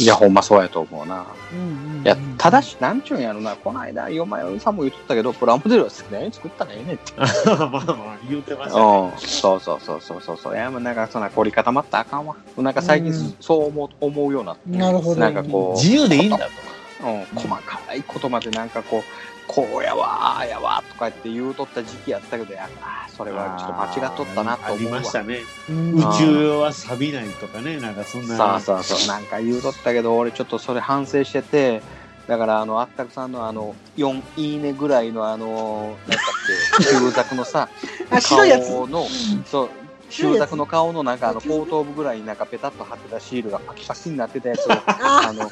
いや、ほんまそうやと思うな。
うんうん
いや、ただし、なんちゅうんやろな、この間、よまよりさんも言っとったけど、プラモデルは好きなように作ったらええねんって。
まあまあ言うてましたね
うん。そうそうそうそうそうそう。いや、もうなんか、そんな凝り固まったらあかんわ。なんか最近、
うん
そう思う思うようにな
な
って。
るほど。
なんかこう、
自由でいいんだと
うん、細かいことまでなんかこう、こうやわーあやわーとかって言うとった時期やったけどやあーそれはちょっと間違っとったなと
あり
思うわ
ましたね。
うん
宇
あー
宙用は錆びないとかね、なんかそんな。
そうそうそうなんか言うとったけど俺ちょっとそれ反省しててだからあのあったくさんのあの4いいねぐらいのあのなんだっけ旧作のさ
あ白いやつ
顔のそう
白い
旧
やつ
作の顔のなんかあの
旧作
後頭部ぐらいになんかペタッと貼ってたシールがパキパキになってたやつをあの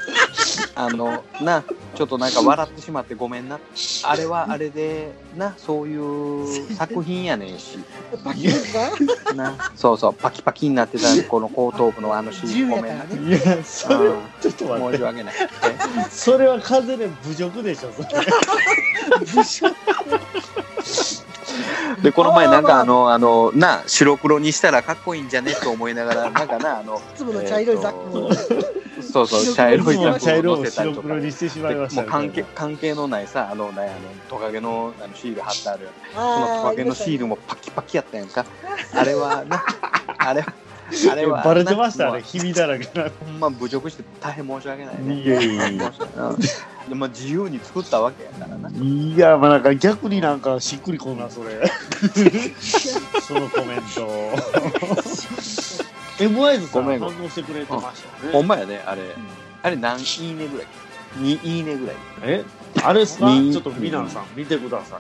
あのなちょっとなんか笑ってしまってごめんなあれはあれでなそういう作品やねんし
バキバ キ
なそうそうパキパキになってたこの後頭部のあのシール
10
ご
や
め
か
ん
ら
な
ね
いや、それはちょっと待
申
っ。
して訳ない。
それは風で侮辱でしょ、それ。
で、この前なんかあの、あの、な、白黒にしたらかっこいいんじゃねと思いながら、なんかな、あの、
粒の茶色いザックを
えーとそうそう、茶色いザ
茶
ック
色
を
を
乗せたり
白
とか。
黒にしてしまい
で
ました
もう
ね。
関係関係のないさ、あの、なんやあの、トカゲのあのシール貼ってある、そのト
あ
カゲのシールもパキパキやったやんか。あれはな、あれは、あれは。
バレてましたね、
も
ひびだらけな。
うほんま侮辱して大変申し訳ないね。
いやいやいや
うんでも自由に作ったわけやからな。
いや、まあなんか逆になんかしっくりこんな、そ れ。そのコメント。 エムワイズさ
ご
ん
めん
反
ごめ
応
ん
してくれてました
ほ
よね。
んまやね、あれ。あれ何いいねぐらい ?2 いいねぐらい。
えあれっすか
み
ちょっとミナンさん見てくださ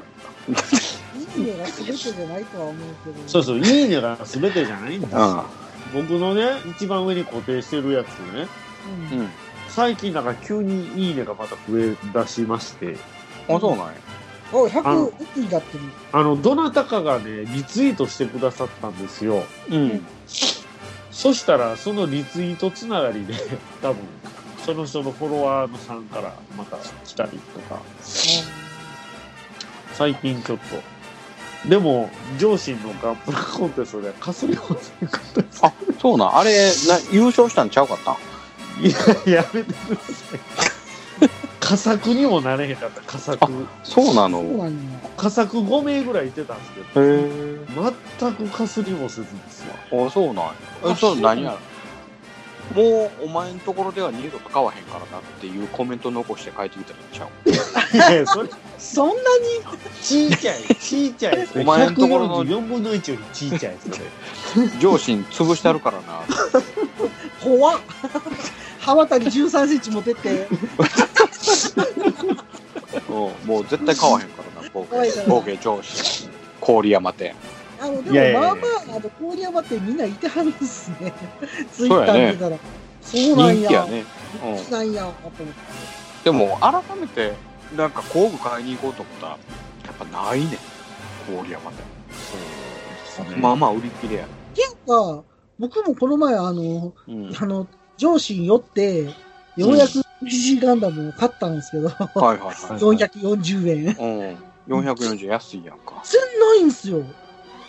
い。
いいねが全てじゃないとは思うけど
そうそう、いいねが全てじゃないんですよ。
う
僕のね、一番上に固定してるやつね、
うん
ん。
最近なんか急にいいねがまた増え出しまして、
あ、そうなんや。
お
あの
100一気になってる
あの、どなたかがね、リツイートしてくださったんですよ。
うん。
そしたら、そのリツイートつながりで、 多分、その人のフォロワーのさんからまた来たりとか、最近ちょっと。でも、上司のガンプラコンテストでかすり放題買ったんです
あ、そうなん。あれ、な優勝したんちゃうかったん
いや、やめてください。佳作にもなれへんかった、佳作。
そうな
そう
の。
なんや
佳作5名ぐらいいてたんですけど、
へえ。
全くかすりもせずですわ。
あ、そうなんや。え、そう、何やろ。もう、お前のところでは二度と買わへんからなっていうコメント残して帰ってきたらいいんち ゃう
いやいやそれ、
そんなに
ちいちゃい、ちいちゃいですね。
お前のところの
4分の1よりちいちゃいですね。
上司に潰してあるからな。
怖っ 刃渡り13センチ持ってって
うん。もう絶対買わへんからな。合
怖い
計
か、らな
合計上司。郡山店。
あのでも
いやいやい
ま
や
あまああの氷山ってみんないてはるんですねツイ
そう
ッタ
や
ー
ね
見たらそうなん
人
や
気やね。うん。
そうなんやと思って
でも改めてなんか工具買いに行こうと思ったらやっぱないね郡山で、まあまあ売り切れや、
なんか僕もこの前あの
うん、はい
あの上司によってようやく BG ガンダムを買ったんですけど、
はい は
440円
い、うん、440円安いやんか、
全然ないんすよ。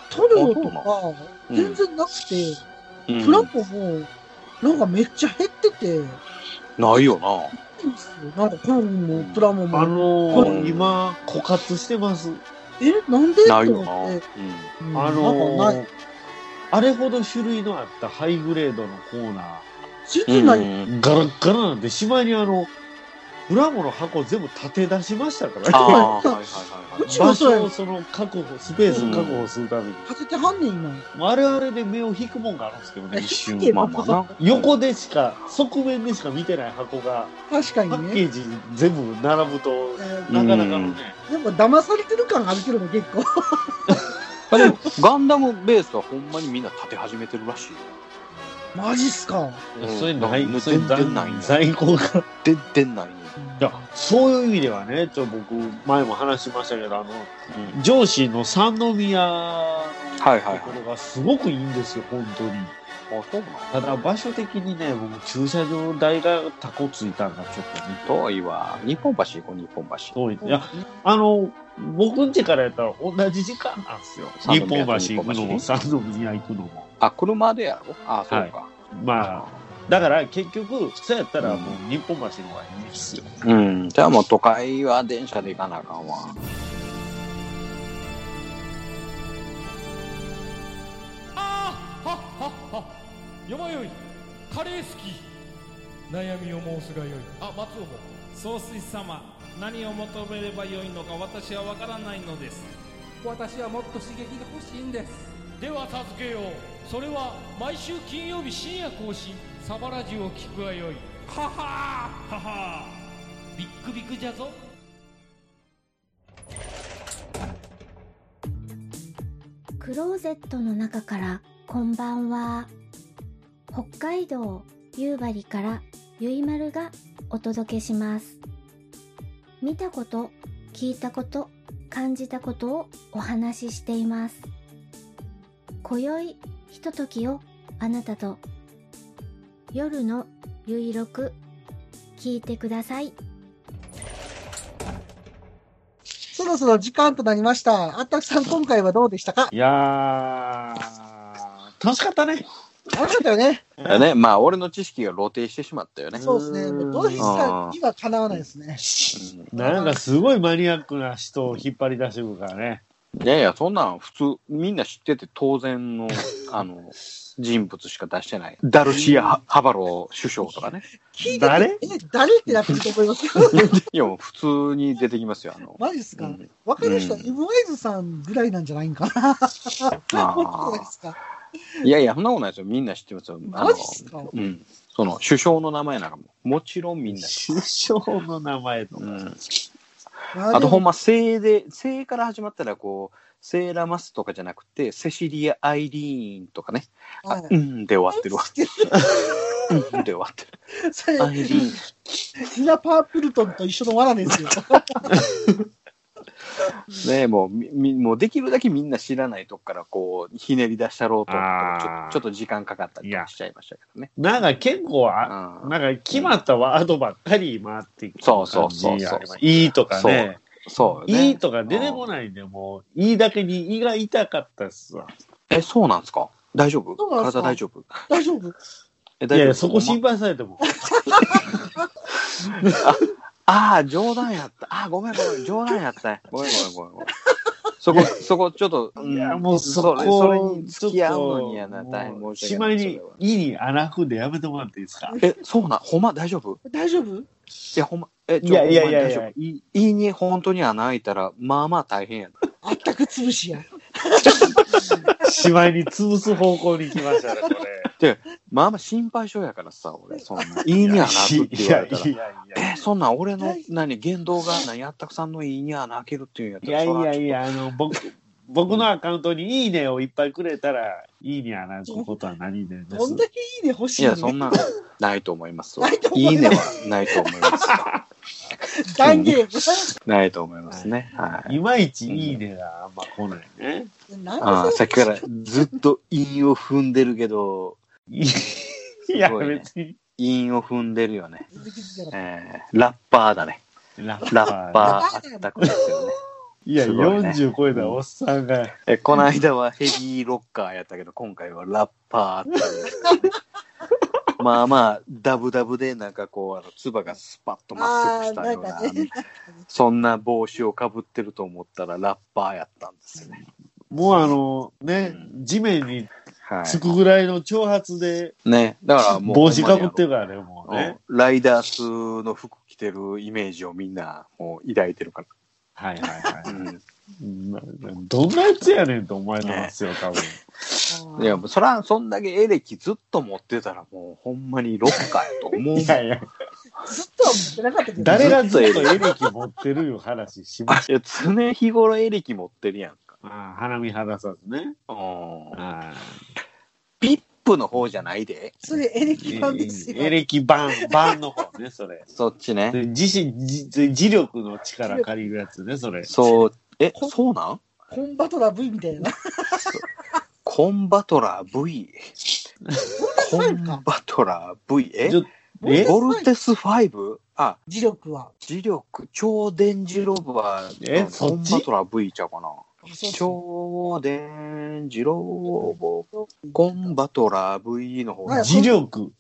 塗料と
あ
か、
うん
全然なくて、
うん
プランコも、なんかめっちゃ減ってて、
ないよな
ないんすよなんかコロンもプラモ
あ
も。
の
う
ー、
ん
今、枯渇してます。
え、なんで
ない
と
よ
思
な、う
っ
ん
て。、うん
あの
なんかない。
ー、あれほど種類のあったハイグレードのコーナ
全然な
う
い。
ん
ー、ガラッガラなんで、しまいにあの、ブラボの箱全部立て出しましたからね。
ああはいはいはいうはい
ちも
場
そうや
所を
ねん。
その確保、スペースを確保するために。
かけてはんねん、今。
あれあれで目を引くもんがあるんですけどね、一
引け
瞬。
ば
まあまあな
横でしか、側面でしか見てない箱が、
確か
パ
に
ッケ
ね。
ージ全部並ぶと、
えー
なかなかのね、
でも騙されてる感あるけども結構。
あでもガンダムベースはほんまにみんな立て始めてるらしいよ
マジっすか。
うん
それない、
うん
それ
全然ないんだ
在庫が
全然ないね、
いや、そういう意味ではね、ちょ、僕、前も話しましたけど、あの、
うん
上司の三宮の
はいはいは
と
い
ころがすごくいいんですよ、本当に。
あそうなの
ただ、場所的にね、僕、駐車場代がタコついたんが、ちょっとね、
遠いわ日本橋行こう日本橋
遠い。いや、あの、僕ん家からやったら同じ時間なんですよ。
三
日
宮
本
と
橋行くのも、三宮行くのも。
あ車でやろあそうか、
まあ、だから、結局、そうやったら、もう、日本橋の方がいいですよ。
うん、じゃあもう都会は電車で行かなあかんわ。
あーはっはっは山よいカレー好き悩みを申すがよいあ松尾も総帥様何を求めればよいのか私はわからないのです
私はもっと刺激が欲しいんです
では助けようそれは毎週金曜日深夜更新サバラジュを聞くがよいははーははービックビックじゃぞ
クローゼットの中からこんばんは。北海道夕張からゆいまるがお届けします。見たこと、聞いたこと、感じたことをお話ししています。今宵、ひとときをあなたと。夜のゆいろく、聞いてください。
そろそろ時間となりました。あったくさん、今回はどうでしたか
いやー、楽しかったね。
楽しかったよね。
だね、まあ、俺の知識が露呈してしまったよね。
そうですね。どうですか
あー
にはかなわないですね。
なんかすごいマニアックな人を引っ張り出してくるからね。
いやいや、そんなん普通、みんな知ってて当然 の、あの、人物しか出してない。 ダルシア・ハバロ首相とかね。
聞いてて
誰
え、誰ってなってると思いますよ。
いや、もう普通に出てきますよ、あの。
マジですか、
うん
わかる人は
うん
イブワイズさんぐらいなんじゃないん かな。 もっとないですか。
いやいや、そんなことないですよ。みんな知ってますよ。あ
マ
の
ジですか
うん。その、首相の名前なんかも、もちろんみんな知っ
首
て
相の名前と
る。う
か。
ん。
あ
あと、ほんま、姓で、姓から始まったら、こう、セーラマスとかじゃなくて、セシリア・アイリーンとかね。
はい
うんで終わってるわ。
知って
うんで終わってる。
る それ
アイリーン。
ティナ・パープルトンと一緒の罠ですよ。
ねえもうみみもうできるだけみんな知らないとこからこうひねり出したろうと
あー
ちょっとちょっと時間かかったりとかしちゃいましたけどね。
なんか結構あ、
うん
なんか決まったワードばっかり回ってきて
そうそうそうそう
感じありますいいとかね。
そうよね
いいとか出てこないんで、もう、いいだけに胃が痛かったっすわ。
えそうなんですか大丈夫
そうなんですか
体大丈夫
大丈夫
え
いやい
大丈夫
や、そこ心配されても。
ああ冗談やったあーごめんごめん冗談やった ねごめんごめんごめんごめんそこそこちょっとうん
いや、もうそこ、
れそれに付き合うのにやな
ちょっと
大
もう
変申し
し
訳
ま
ないい
に
それは、
胃に穴踏んでやめてもらっていいですか
えそうなんほんま大丈夫
大丈夫
いやほんまえ
いやいやいやい
ちょ
や、い
ほんまに大丈夫いいに本当に穴開いたらまあまあ大変や
あったく潰しや。
しまいに潰す方向に行きましたね、これ。
まあまあ心配性やからさ、俺、そんな。いいにゃなって言われたら。
や
え、そんなん俺の何言動が何あったくさんのいいにゃな開けるっていうんやった
いや
ら、
い
そ
や
ら
いや、あの、僕、 僕のアカウントにいいねをいっぱいくれたら、いいに穴開くことは何になりま
ど
す
んだけいいね欲し
い
いの
や、そんなんないと思 いますわ
ないと。思
い
います
いねはないと思いますわ。
断言。
ないと思いますね。はい。
いまいちいいねがあんま来ないね。
なん
あ
で
あ
そ
さ
れ
っきからずっと韻を踏んでるけど、
いや、
ごいね
別に。
韻を踏んでるよね。
続きづらかっ
えー、ラッパーだね。
ラ
ラッパーあったくですよね。
いや、
すごいね
40超えたおっさんが、
えこの間はヘビーロッカーやったけど今回はラッパーっていうまあまあダブダブでなんかこうあのつばがスパッとまっすぐしたような
あーなんかね
あの そんな帽子をかぶってると思ったらラッパーやったんですよね。
もうあの、ね
う、
地面に
は
つくぐらいの挑発で、
い、ねだからもう
帽子かぶって
る
るからね、もうね。
ライダースの服着てるイメージをみんなもう抱いてるか
はいはいは
ら、うん
い。などんなやつやねんと思われてますよ、多分。
た
いやもうそらそんだけエレキずっと持ってたらもうほんまにロッカーやと思う
いやいや、
ずっとは思ってなかったけど。
誰がずっとエレキ持ってるいう話しまし
いや常日頃エレキ持ってるやんか。
た。あー花見肌さずね。
うん
あ
ピップの方じゃないで。
それエレキ版です
ー
よ。
エレキ版、版の方ね、それ。
そっちね。
で自身、自自力の力借りるやつね、それ。
そう、え、そうなん
コンバトラ V みたいな。
コンバトラー V。コンバトラー V。え
ちょえ
ボルテス 5? あ、
磁力は。
磁力、超電磁ロバー。
え
うん
そ
コ
っ
ン
ち
バトラー V ちゃうかな。
あそうそう
超電磁ロボ、コンバトラー V の方。
はい
磁力。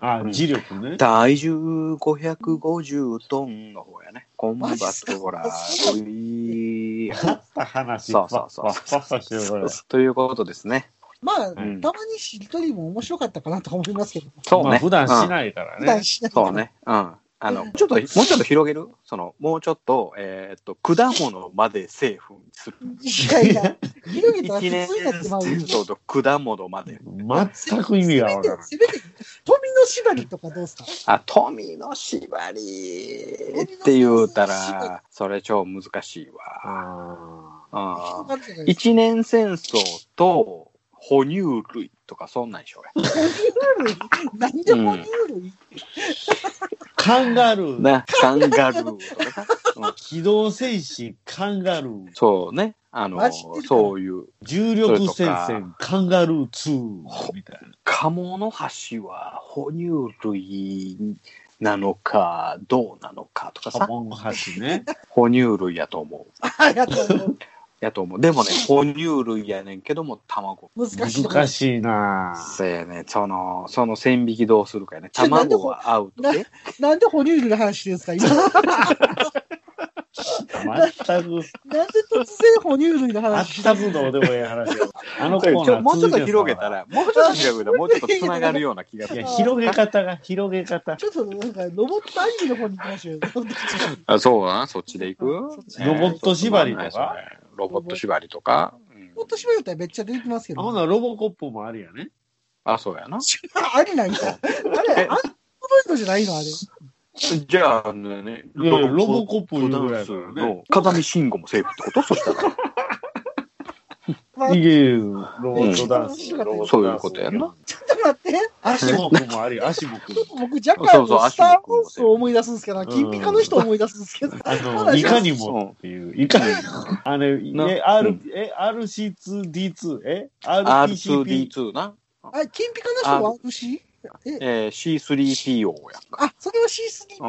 あー、
うん
磁力ね。
体重550トンの方やね。コンバトラー V。
った話
そうそうそう
パッパッパッしてるから
ということですね。
まあ、た
う
ま
ん
にしりとりも面白かったかなと思いますけど。
そう
まあ
ね。
普段し
い。
ないから
普
ね
段。しない
そうね。うん。あの、ちょっと、もうちょっと広げるその、もうちょっと、えーっと、果物までセーフにする。
いや いや、広げたら
一年
普通になってまうよ。
生と果物まで。
全く意味がわからない。
せめて、富の縛りとかどうすか
あ、富の縛りって言うたら、それ超難しいわ。
あ
あー
あるじゃないですか
一年戦争と哺乳類とかそんなんでしょう
何でも哺乳類
ーカンガルー、
ね。カンガルーとかね。うん
機動戦士、カンガルー、
そうね。あの
マジで、
そういう、
重力
それ
戦
と
線
か、
カンガルー2みたい
鴨の橋は哺乳類なのか、どうなのかとか
な。カ
さ、
モン橋ね。
哺乳類やと思う。
あやとう
やと思う。でもね、哺乳類やねんけども、卵。
難しいとこ
難しいなぁ
そうやね。その、その線引きどうするかやね。
ちょなんで
卵
ほ
はアウトで。
なんで哺乳類の話してるんですか今なんで
全く、
突然哺乳類の話してる
全くどうでもええ話よ。あのコ
ち
ー
ょ
ナー
もうちょ
続い
っと
てる
広
んです
げ
か
たら、もうちょっと広げたら、もうちょっとつながるような気がす
い
る
や、。広げ方が、広げ方。
ちょっとなんかロボットアニメの方に行きましょうよ。
あそうな、そっちで行く
ロ
ボット縛りとか
ねそうねロボット縛りとか。うん
もっと縛りだったらめっちゃ出てきますけ
あほ
ど。
な、ロボコップもあるやね。
あ、そうやな。
ありなんか。あれ、アンドロイドじゃないのあれ。
じゃあね、
いやロボコップいうぐらいだからね。
の風見慎吾もセーフってことそしたら、
まあ
いえいえロボットダンス。
うん
ロボットダンス
そういうことやな。
ちょっと待って。
足もくんもあるよ、足もくんも。
僕、ジャパン
そうそう
のスター・ウォーズを思い出すんですけど、
ん
金ピカの人を思い出すんですけど、
あ
そう
の、
だ
い
よ
かにもっていう、いかにも。あれ、
な
え、R
うん、
え、RC2D2、え ?RPCP。
R2D2 な、
あれ金ピカの人は RC? え、
えー、C3PO やんか。
あ、それは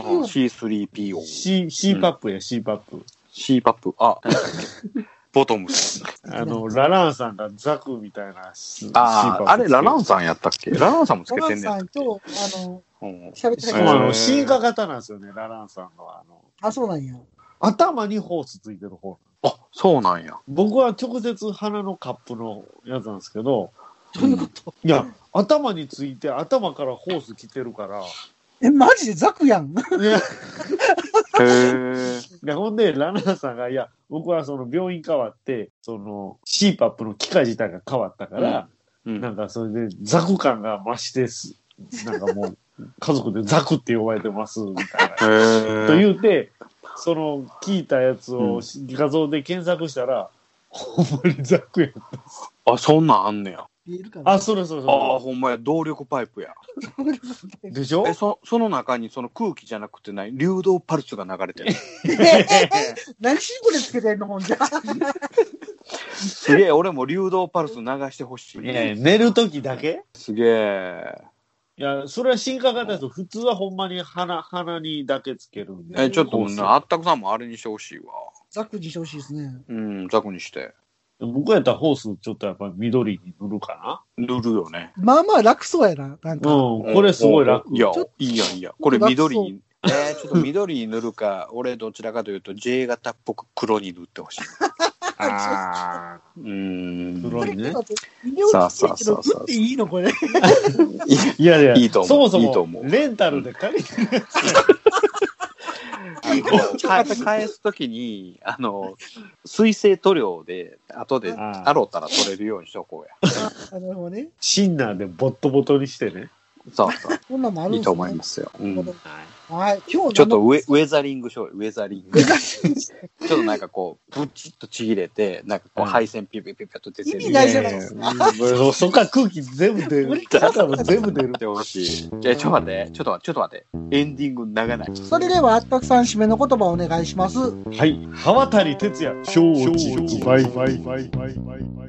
うん
C3PO。
C3PO。
C、C パップや、C パップ。
CPAP。あ、 なんだっけボトムス。
あの、ラランさんがザクみたいな。C
ああ、あれ、ララン
さ
さんやったっけラランさんもつけ
ラ
て
ン
んねん
さ。んと、あの、
うん
喋って
し
た
か
け
も、あ
ど、
の、進化型なんですよね、ラランさんの。あの、
あ、そうなんや。
頭にホースついてる方。
あ、そうなんや。
僕は直接鼻のカップのやつなんですけど、
どういうこと
いや、頭について頭からホース来てるから、
え、マジでザクやん。
いや
へえ。
で、ほんで、ラナさんが、いや、僕はその病院変わって、その CPAP の機械自体が変わったから、
うん
なんかそれでザク感が増してす、なんかもう、家族でザクって呼ばれてます、みたいな。と
へえ。
言うて、その聞いたやつをし画像で検索したら、 ほんまにザクやん。
あ、そんなんあんねや。
見えるかな
あ、それそれ
ああ、
そ
ほんまや、動力パイプや。
れ。でしょ
え、そその中にその空気じゃなくてない、流動パルスが流れてる。
何シンゴでつけてんのほん じゃ。
すげえ、俺も流動パルス流してほしい。
いやいや寝るときだけ
すげえ。
いや、それは進化型ですよ。普通はほんまに鼻、鼻にだけつけるんで。
え、ちょっともうな、あったくさんもあれにしてほしいわ。
ザクにしてほしいですね。
うん、ザクにして。
僕やったらホースちょっとやっぱ緑に塗るか
塗るよね。
まあまあ楽そうやな。なん
な。
か、
うん、これすごい楽。
いや
ちょっと、
いいやんいいやん。これ緑に。えー、ちょっと緑に塗るか、俺どちらかというと J 型っぽく黒に塗ってほしい。
あ
うーん。
黒
こ
い
れ、
ね
ね、。医療機器やけど、
さあさあさあさあ
打っていいの こ
い
れ。
やいや、
いいと思う
そもそ
いいと
も
思、う
レンタルで借りてる。
あのか返すときに、あの、水性塗料で、後で、
あー
洗ったら取れるようにしとこうや。
あなるほどね。
シンナーでボットボトにしてね。
そうそ
こんなんもあるん
う。
で
いいと思いますよ。うん
なるすね。はい。今日
ちょっと
なん
ウェウェザリングしようよウェザリング。ちょっとなんかこう、ブチッとちぎれて、なんかこ
う
う、
ん
配線ピュピュピュピュっと出てる。
意味ないじゃ ないです
か。うんそっから空気全部出る。だから全部出る
っ。てほしい。じゃあちょっと待って、ちょっと待って、ちょっと待って。エンディング長ない。
かそれでは、あったくさん締めの言葉をお願いします。
はい。刃渡哲也、小
承
知
知
バイ
バイバイバイバイバイ